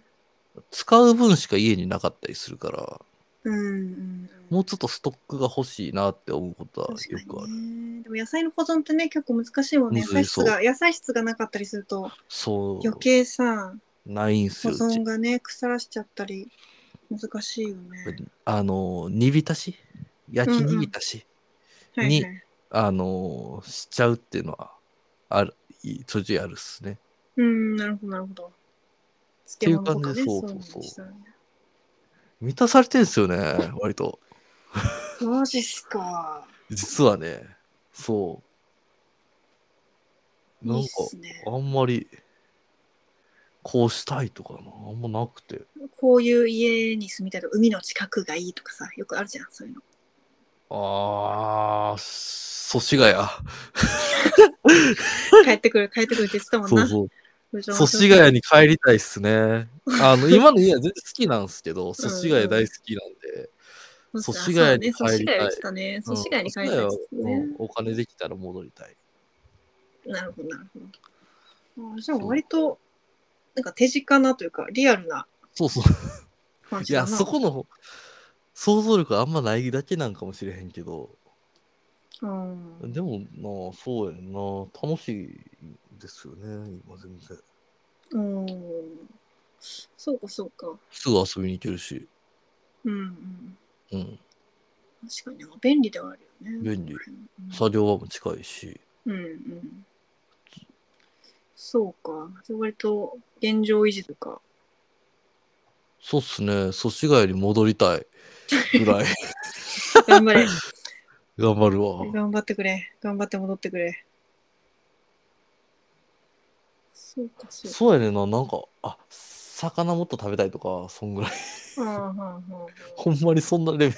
Speaker 3: 使う分しか家になかったりするから
Speaker 2: うんうん
Speaker 3: もうちょっとストックが欲しいなって思うことはよ
Speaker 2: 確
Speaker 3: く
Speaker 2: か
Speaker 3: ある。
Speaker 2: にねでも野菜の保存ってね結構難しいもんね
Speaker 3: む
Speaker 2: 野
Speaker 3: ずい
Speaker 2: 菜
Speaker 3: そ
Speaker 2: 室
Speaker 3: う
Speaker 2: が野菜室がなかったりすると
Speaker 3: そ
Speaker 2: 余計さ
Speaker 3: うないんす
Speaker 2: 保
Speaker 3: ようち
Speaker 2: 存がね腐らしちゃったり難しいよね
Speaker 3: あの煮浸し焼き煮浸し、
Speaker 2: はい
Speaker 3: に
Speaker 2: はい
Speaker 3: あのしちゃうっていうのはあるいちょいちょいあるっすね。
Speaker 2: うんなるほどなるほど
Speaker 3: てい
Speaker 2: 漬
Speaker 3: う
Speaker 2: 物と
Speaker 3: 感
Speaker 2: か
Speaker 3: じ
Speaker 2: ね
Speaker 3: で
Speaker 2: そう
Speaker 3: そうそうそう
Speaker 2: いうのにしたらね
Speaker 3: 満たされてんすよね 割と。
Speaker 2: マジっすか
Speaker 3: 実はねそうないん
Speaker 2: いっ
Speaker 3: か
Speaker 2: すね
Speaker 3: あんまりこうしたいとかなあんまなくて
Speaker 2: こういう家に住みたいとか海の近くがいいとかさよくあるじゃんそういう の
Speaker 3: ああ祖師ヶ谷
Speaker 2: 帰ってくる帰ってくるって言ってたもん
Speaker 3: そう
Speaker 2: な
Speaker 3: そう
Speaker 2: 無情な
Speaker 3: 祖師ヶ谷に帰りたいっすね あの今の家は全然好きなんですけど祖師ヶ谷大好きなんで
Speaker 2: そう
Speaker 3: 祖
Speaker 2: そう
Speaker 3: 師ヶ谷に帰りたい
Speaker 2: そうね祖師ヶ谷言ってたね祖師ヶ谷に帰りたいっ
Speaker 3: うん
Speaker 2: て
Speaker 3: 祖師
Speaker 2: 言
Speaker 3: ヶ
Speaker 2: ってたね
Speaker 3: 谷はうんお金できたら戻りたい
Speaker 2: なるほどなるほどあじゃあ割となんか手近なというかリアルな
Speaker 3: そうそう
Speaker 2: 感
Speaker 3: い
Speaker 2: じだ
Speaker 3: や
Speaker 2: な
Speaker 3: そこの想像力あんまないだけなんかもしれへんけど
Speaker 2: うん
Speaker 3: でもなそうやんな楽しいですよね今全然
Speaker 2: うんそうかそうか
Speaker 3: すぐ遊びに行けるし
Speaker 2: うんうん
Speaker 3: うん
Speaker 2: 確かにな便利ではあるよね
Speaker 3: 便利
Speaker 2: うん
Speaker 3: 作業場も近いし
Speaker 2: うんうんそうかじゃあ割と現状維持とか
Speaker 3: そうっすね祖師ヶ谷に戻りたい ぐらい
Speaker 2: 頑 張れ
Speaker 3: 頑張るわ
Speaker 2: 頑張ってくれ頑張って戻ってくれそうかそうか
Speaker 3: そうやねんななんかあ魚もっと食べたいとかそんぐらい
Speaker 2: うんうんうんうん
Speaker 3: ほんまにそんなレベル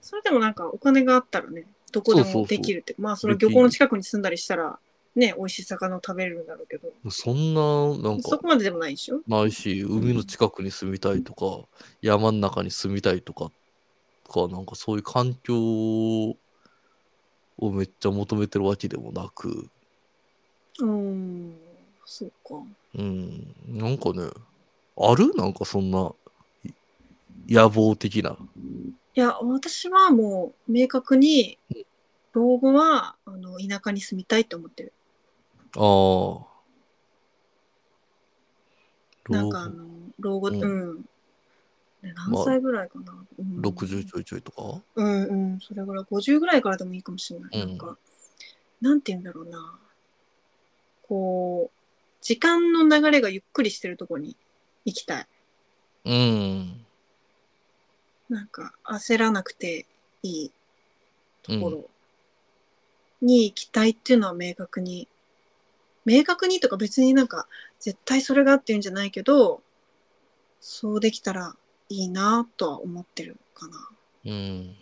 Speaker 2: それでもなんかお金があったらねどこで
Speaker 3: そうそうそう
Speaker 2: もできるってまあその漁港の近くに住んだりしたらね美味しい魚を食べれるんだろうけど
Speaker 3: そんななん
Speaker 2: そ
Speaker 3: か
Speaker 2: こまででもないでしょ
Speaker 3: ないし海の近くに住みたいとか山の中に住みたいとかかなんかそういう環境をめっちゃ求めてるわけでもなく
Speaker 2: うんそうか
Speaker 3: うんなんかねあるなんかそんない野望的ない
Speaker 2: や私はもう明確に老後はあの田舎に住みたいと思ってる
Speaker 3: あー
Speaker 2: なんかあの老後
Speaker 3: う
Speaker 2: うんん、ね何歳ぐらいかな、うん
Speaker 3: 60ちょいちょいとか
Speaker 2: うんうんそれぐらい50ぐらいからでもいいかもしれない、
Speaker 3: うん
Speaker 2: なんかなんて言うんだろうなこう時間の流れがゆっくりしてるとこに行きたい
Speaker 3: うん
Speaker 2: なんか焦らなくていいとこ
Speaker 3: うん
Speaker 2: ろに行きたいっていうのは明確に、明確にとか別になんか絶対それがっていうんじゃないけどそうできたらいいなとは思ってるかな
Speaker 3: うん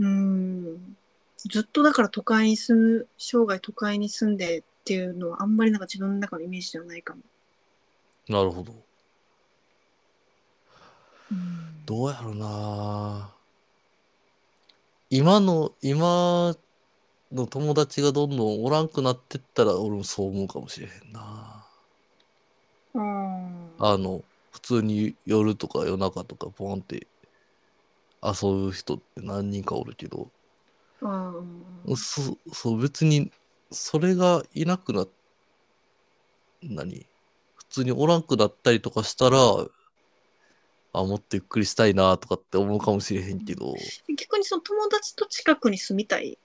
Speaker 2: うーんずっとだから都会に住む生涯都会に住んでっていうのはあんまりなんか自分の中のイメージではないかも。
Speaker 3: なるほどどうやろな今の今の友達がどんどんおらんくなってったら俺もそう思うかもしれへんな
Speaker 2: うん
Speaker 3: あの普通に夜とか夜中とかポンって遊ぶ人って何人かおるけど
Speaker 2: うん
Speaker 3: そそう別にそれがいなくな何普通におらんくなったりとかしたらあもっとゆっくりしたいなとかって思うかもしれへんけど
Speaker 2: 逆にその友達と近くに住みたい。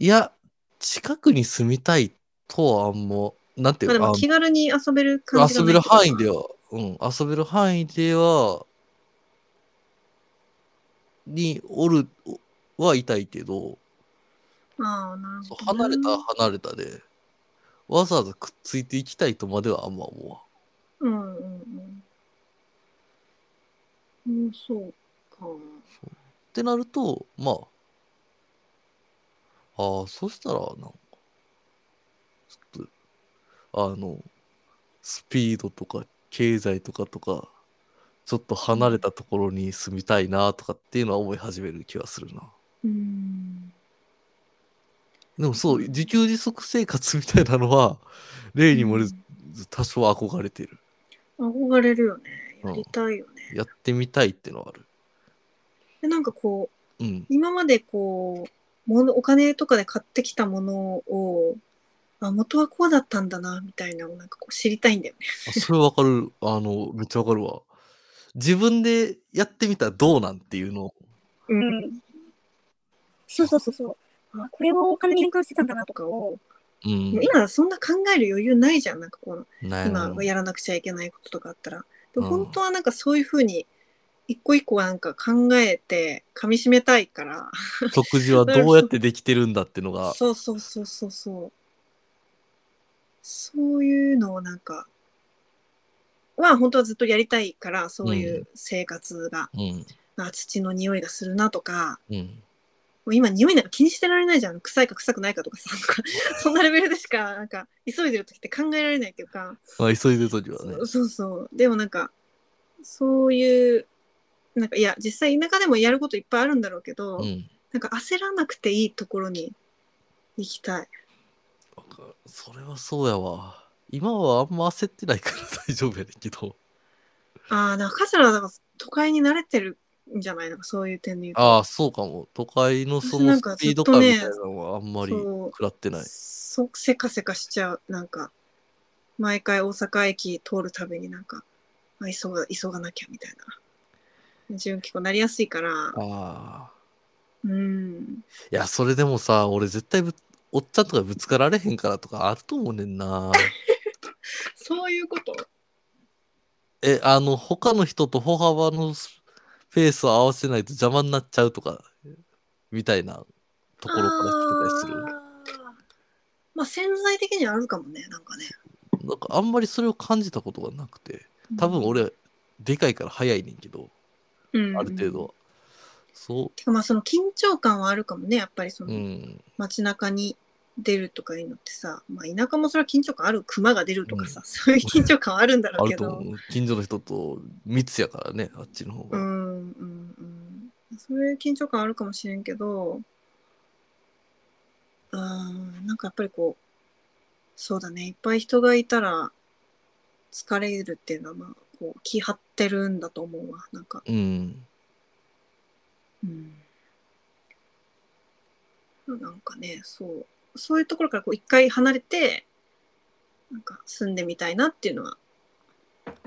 Speaker 3: いや近くに住みたいとはあんまなんてい
Speaker 2: まあ、で
Speaker 3: うか
Speaker 2: も気軽に遊べる感じが
Speaker 3: 遊
Speaker 2: ないけど
Speaker 3: べる
Speaker 2: な
Speaker 3: 範囲では、うん、遊べる範囲では、におる、おはいたいけど、
Speaker 2: ああ、なる
Speaker 3: そう
Speaker 2: ほどな。
Speaker 3: 離れたら離れたで、わざわざくっついていきたいとまではあんま思わ
Speaker 2: うんうんうん。うん、そうか。
Speaker 3: ん。ってなると、まあ、ああ、そしたら、なんか、ちょっと、あの、スピードとか経済とかとか、ちょっと離れたところに住みたいなとかっていうのは思い始める気はするな。
Speaker 2: うん。
Speaker 3: でもそう、自給自足生活みたいなのは、例にもれず多少憧れてる。
Speaker 2: 憧れるよね。
Speaker 3: うん
Speaker 2: やりたいよね。
Speaker 3: やってみたいってのはある。
Speaker 2: でなんかこう、
Speaker 3: うん。
Speaker 2: 今までこう、ものお金とかで買ってきたものを、あ、元はこうだったんだな、みたいなのをなんかこう知りたいんだよね。
Speaker 3: あそれわかる。あの、めっちゃわかるわ。自分でやってみたらどうなんっていうの。
Speaker 1: うん。そうそうそうそう。あ、これをお金に変換してたんだなとかを。
Speaker 3: う
Speaker 2: も
Speaker 3: ん
Speaker 2: う。今そんな考える余裕ないじゃん。なんかこう、
Speaker 3: ない
Speaker 2: 今
Speaker 3: な
Speaker 2: やらなくちゃいけないこととかあったら。でも
Speaker 3: うん
Speaker 2: 本当はなんかそういうふうに、一個一個なんか考えて、噛み締めたいから。
Speaker 3: 食事はどうやってできてるんだってのが、
Speaker 2: そうそうそうそうそう。そういうのをなんか、は本当はずっとやりたいから、そういう生活が、
Speaker 3: うん。
Speaker 2: あ土の匂いがするなとか、
Speaker 3: うん。
Speaker 2: もう今匂いなんか気にしてられないじゃん。臭いか臭くないかとかさ、 とかそんなレベルでしか、なんか、急いでる時って考えられないっていうか、
Speaker 3: まあ、急いでるときはね
Speaker 2: そ。そうそう。でもなんか、そういう、なんかいや、実際田舎でもやることいっぱいあるんだろうけど、
Speaker 3: うん。
Speaker 2: なんか焦らなくていいところに行きたい。
Speaker 3: わかるそれはそうやわ。今はあんま焦ってないから大丈夫やねんけど。
Speaker 2: ああ、なんか桂はだから都会に慣れてるんじゃないなんかそういう点で言うと。
Speaker 3: ああ、そうかも。都会のその
Speaker 2: 私なんか
Speaker 3: スピード
Speaker 2: ずっと
Speaker 3: 感
Speaker 2: ね
Speaker 3: みたいなのはあんまり
Speaker 2: そう
Speaker 3: 食らってない。
Speaker 2: そうせかせかしちゃう。なんか、毎回大阪駅通るたびになんか、あ急が急がなきゃみたいな。自分結構なりやすいから。
Speaker 3: ああ。
Speaker 2: うん。
Speaker 3: いや、それでもさ、俺絶対ぶおっちゃんとかぶつかられへんからとかあると思うねんな。
Speaker 2: そういうこと
Speaker 3: え、あの、他の人と歩幅のスペースを合わせないと邪魔になっちゃうとか、みたいなところから来てたりする。
Speaker 2: あーまあ潜在的にはあるかもね、なんかね。
Speaker 3: なんかあんまりそれを感じたことがなくて、多分俺、でかいから早いねんけど、
Speaker 2: うん、
Speaker 3: ある程度
Speaker 2: うん。
Speaker 3: は。そ、
Speaker 2: てかまあその緊張感はあるかもね、やっぱりそうの、
Speaker 3: うん。
Speaker 2: 街中に出るとかいうのってさ、まあ、田舎もそれは緊張感ある熊が出るとかさ、そういう緊張感はあるんだ
Speaker 3: あ
Speaker 2: ろう
Speaker 3: る
Speaker 2: け
Speaker 3: と
Speaker 2: ど
Speaker 3: 思う。近所の人と密やからね、あっちの方
Speaker 2: う
Speaker 3: が。
Speaker 2: んうんうんそういう緊張感あるかもしれんけどうんなんかやっぱりこうそうだねいっぱい人がいたら疲れるっていうのはまあこう気張ってるんだと思うわなんか、
Speaker 3: うん。
Speaker 2: うん、なんかねそうそういうところからこう一回離れてなんか住んでみたいなっていうのは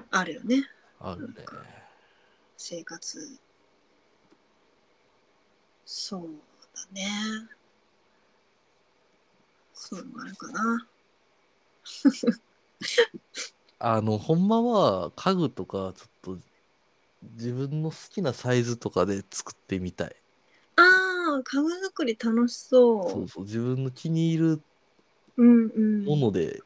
Speaker 2: あるよね
Speaker 3: あるね。
Speaker 2: 生活そうだねそういうのがあるかな
Speaker 3: あの、ほんまは家具とか、ちょっと自分の好きなサイズとかで作ってみたい。
Speaker 2: あー家具作り楽しそう
Speaker 3: そうそう、自分の気に入る
Speaker 2: うんうん
Speaker 3: もので、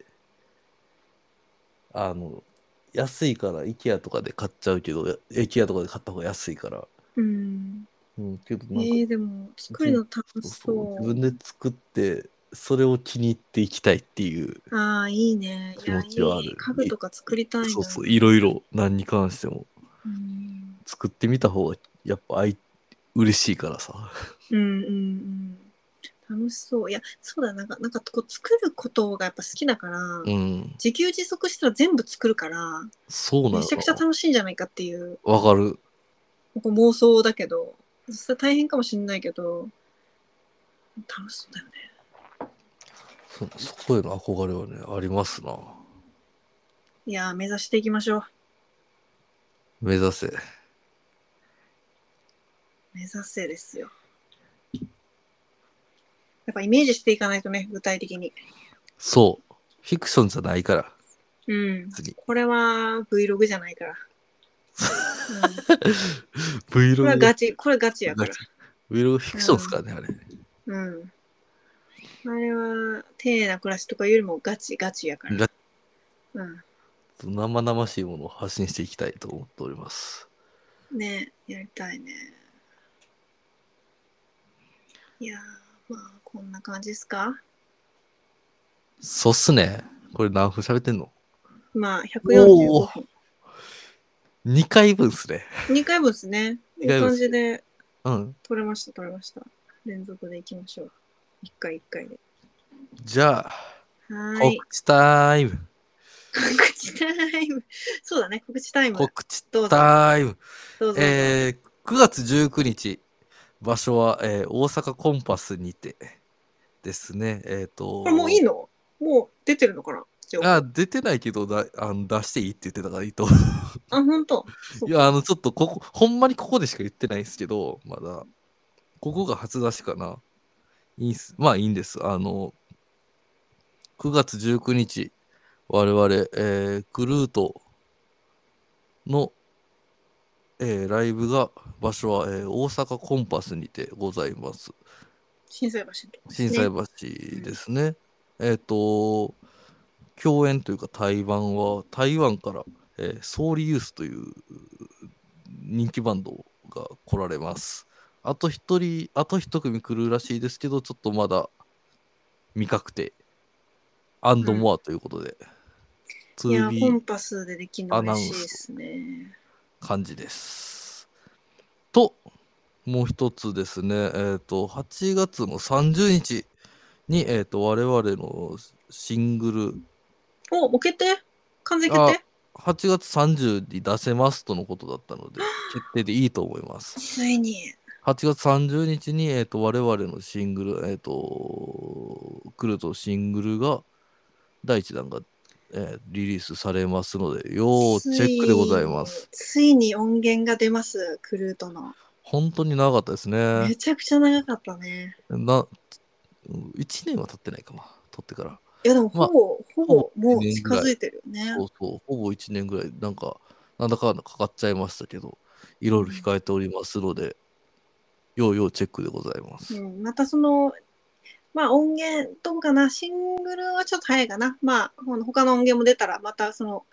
Speaker 3: あの、安いから、IKEA とかで買っちゃうけど、や IKEA とかで買った方が安いから。
Speaker 2: うん
Speaker 3: うん、けど
Speaker 2: え
Speaker 3: なんか、
Speaker 2: ー、でも作るの楽し
Speaker 3: そ
Speaker 2: そう
Speaker 3: そう自分で作って、それを気に入っていきたいっていう、
Speaker 2: ああいいねいや
Speaker 3: 気持ちはある
Speaker 2: いい家具とか作りたいな
Speaker 3: そうそう、いろいろ、何に関しても、
Speaker 2: うん、
Speaker 3: 作ってみた方が、やっぱ、あい、嬉しいからさ。
Speaker 2: うんうんうん楽しそういやそうだなんかなんかこう作ることがやっぱ好きだから、
Speaker 3: うん、
Speaker 2: 自給自足したら全部作るから
Speaker 3: そうなの
Speaker 2: めちゃくちゃ楽しいんじゃないかっていう
Speaker 3: わかる。
Speaker 2: こう妄想だけど実際大変かもしれないけど楽しそうだよね
Speaker 3: そそこへの憧れはね、ありますな。
Speaker 2: いやー目指していきましょう
Speaker 3: 目指せ。
Speaker 2: 目指せですよ。やっぱイメージしていかないとね、具体的に。
Speaker 3: そう。フィクションじゃないから、
Speaker 2: うん。
Speaker 3: 次。
Speaker 2: これは Vlog じゃ ないから。うん、これは
Speaker 3: Vlog。
Speaker 2: ガ チ、これガチやから。
Speaker 3: Vlog フィクションですからね、あれ。
Speaker 2: うん。あれは、丁寧な暮らしとかよりもガチガチやから。
Speaker 3: ガ
Speaker 2: う
Speaker 3: 生々しいものを発信していきたいと思っております。
Speaker 2: ん。ねやりたいね。いやー、まあ、こんな感じですか
Speaker 3: そうっすね。これ何分喋ってんの
Speaker 2: まあ、
Speaker 3: お
Speaker 2: 145
Speaker 3: ー
Speaker 2: 分。
Speaker 3: ?2 回分っすね。
Speaker 2: 2回分ですね。い
Speaker 3: 二
Speaker 2: い
Speaker 3: 回分っ
Speaker 2: 感
Speaker 3: す
Speaker 2: じで
Speaker 3: うん。
Speaker 2: 取れました、取れました。連続でいきましょう。1回1回で。
Speaker 3: じゃ
Speaker 2: は
Speaker 3: あ、
Speaker 2: ーい。
Speaker 3: 告知タイム。
Speaker 2: 告知タイム。そうだね、告知タイム。
Speaker 3: 告知
Speaker 2: どうぞ。
Speaker 3: タイム。
Speaker 2: どうぞ。
Speaker 3: えー、9月19日、場所は、えー大阪コンパスにてですね。えっ、と。
Speaker 2: これもういいのもう出てるのかな情報
Speaker 3: あ出てないけどだあの出していいって言ってたからいいと思
Speaker 2: あ、ほんと。
Speaker 3: う。いや、あの、ちょっとここ、ほんまにここでしか言ってないんですけど、まだ、ここが初出しかな。いいっす。まあいいんです。あの、9月19日、我々、えー、クルートの、えーライブが、場所は、えー大阪コンパスにてございます。
Speaker 2: 震災橋のとこですね
Speaker 3: 心斎橋ですね。えっ、と、共演というか台湾は、台湾から、えーソーリユースという人気バンドが来られます。あと一人、あと一組来るらしいですけど、ちょっとまだ未確定。アンドモアということで、
Speaker 2: いや、
Speaker 3: 2B
Speaker 2: コンパスでできるの嬉しいですね。
Speaker 3: 感じです。と、もう一つですね、えっ、と、8月の30日に、えっ、と、我々のシングル、
Speaker 2: お、ボケて完全決定
Speaker 3: 8月30に出せますとのことだったので、決定でいいと思います。
Speaker 2: ついに。
Speaker 3: 8月30日に、えっ、と、我々のシングル、えっ、と、クルトシングルが、第1弾が、えーリリースされますので、要チェックでございます。
Speaker 2: つい。ついに音源が出ます、クルートの。
Speaker 3: 本当に長かったですね。
Speaker 2: めちゃくちゃ長かったね。
Speaker 3: な、うん1年は経ってないかも、取ってから。
Speaker 2: いや、でも
Speaker 3: まあ
Speaker 2: ほぼ、ほぼもう
Speaker 3: 一年ぐ
Speaker 2: 近
Speaker 3: らい
Speaker 2: づいてるよね
Speaker 3: そ。うそう、ほぼ1年ぐらい、なんか、なんだかんだかかっちゃいましたけど、いろいろ控えておりますので、要要チェックでございま
Speaker 2: う
Speaker 3: す。
Speaker 2: ん、またその、まあ音源、どうかな、シングルはちょっと早いかな。まあ、この他の音源も出たら、またその、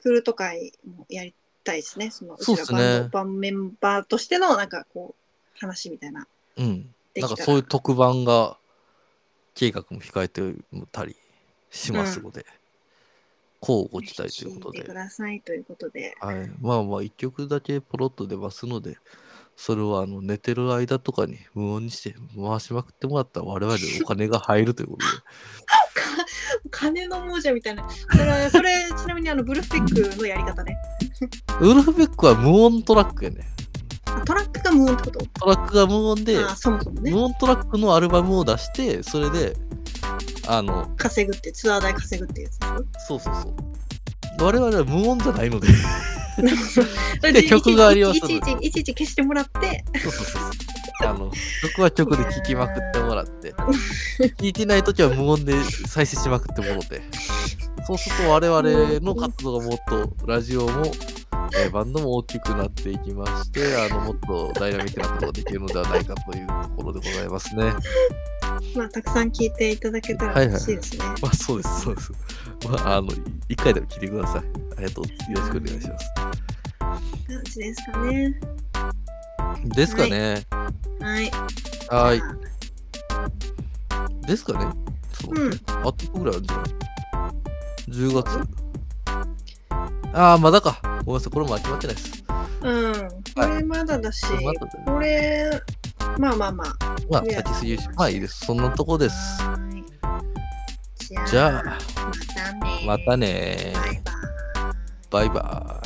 Speaker 2: クルート会もやりたいですね。その、
Speaker 3: そうっ
Speaker 2: ち
Speaker 3: す
Speaker 2: らバ
Speaker 3: ね
Speaker 2: ンドバンメンバーとしての、なんかこう、話みたいな。
Speaker 3: うん。
Speaker 2: でき
Speaker 3: なん
Speaker 2: たら
Speaker 3: かそういう特番が、計画も控えてたりしますので、こうご期待ということ
Speaker 2: 聞いて
Speaker 3: で
Speaker 2: く。ださいということで。
Speaker 3: はい、まあまあ1曲だけポロッと出ますのでそれはあの寝てる間とかに無音にして回しまくってもらったら我々お金が入るということで
Speaker 2: 金の亡者みたいな。それ、 それちなみにあのブルフペックのやり方ね。
Speaker 3: ウルフベックは無音トラックやね。
Speaker 2: あトラックが無音ってこと
Speaker 3: トラックが無音で、
Speaker 2: あそもそもね
Speaker 3: 無。音トラックのアルバムを出して、それで、あの、
Speaker 2: 稼ぐって、ツアー代稼ぐってやつでしょ。
Speaker 3: そうそうそう。我々は無音じゃな いので、
Speaker 2: それ
Speaker 3: で 曲があります
Speaker 2: いちいちいちいち消してもらって、
Speaker 3: そうそうそうそう。あの、曲は曲で聴きまくってもら って、聴いてない時は無音で再生しまくってもろて。そうすると我々の活動がもっと、ラジオも、えーバンドも大きくなっていきまして、あの、もっとダイナミックなことができるのではないかというところでございますね。
Speaker 2: まあ、たくさん聞いていただけたら
Speaker 3: はいは
Speaker 2: 嬉
Speaker 3: い
Speaker 2: しいですね。
Speaker 3: まあそうです、そうです。まあ、あの、一回でも聞いてください。ありがとう。よろしくお願いします。
Speaker 2: 感じですかね。
Speaker 3: ですかね。
Speaker 2: はい。
Speaker 3: は
Speaker 2: じ
Speaker 3: い
Speaker 2: ゃ。あ
Speaker 3: ですかね。そう
Speaker 2: うん。
Speaker 3: あと1個ぐらいあるんじゃない ?10 月。ああ、まだか。ごめんなさい。これも決まってないです。
Speaker 2: うん。これまだだし、
Speaker 3: まだだね
Speaker 2: これ、まあまあまあ。
Speaker 3: まあ、
Speaker 2: いや
Speaker 3: 先すぎるし。まあいいです。そんなとこです。
Speaker 2: はーいじゃあ、
Speaker 3: じゃあ、
Speaker 2: またね。
Speaker 3: またね
Speaker 2: バイバイ。
Speaker 3: バイバーイ。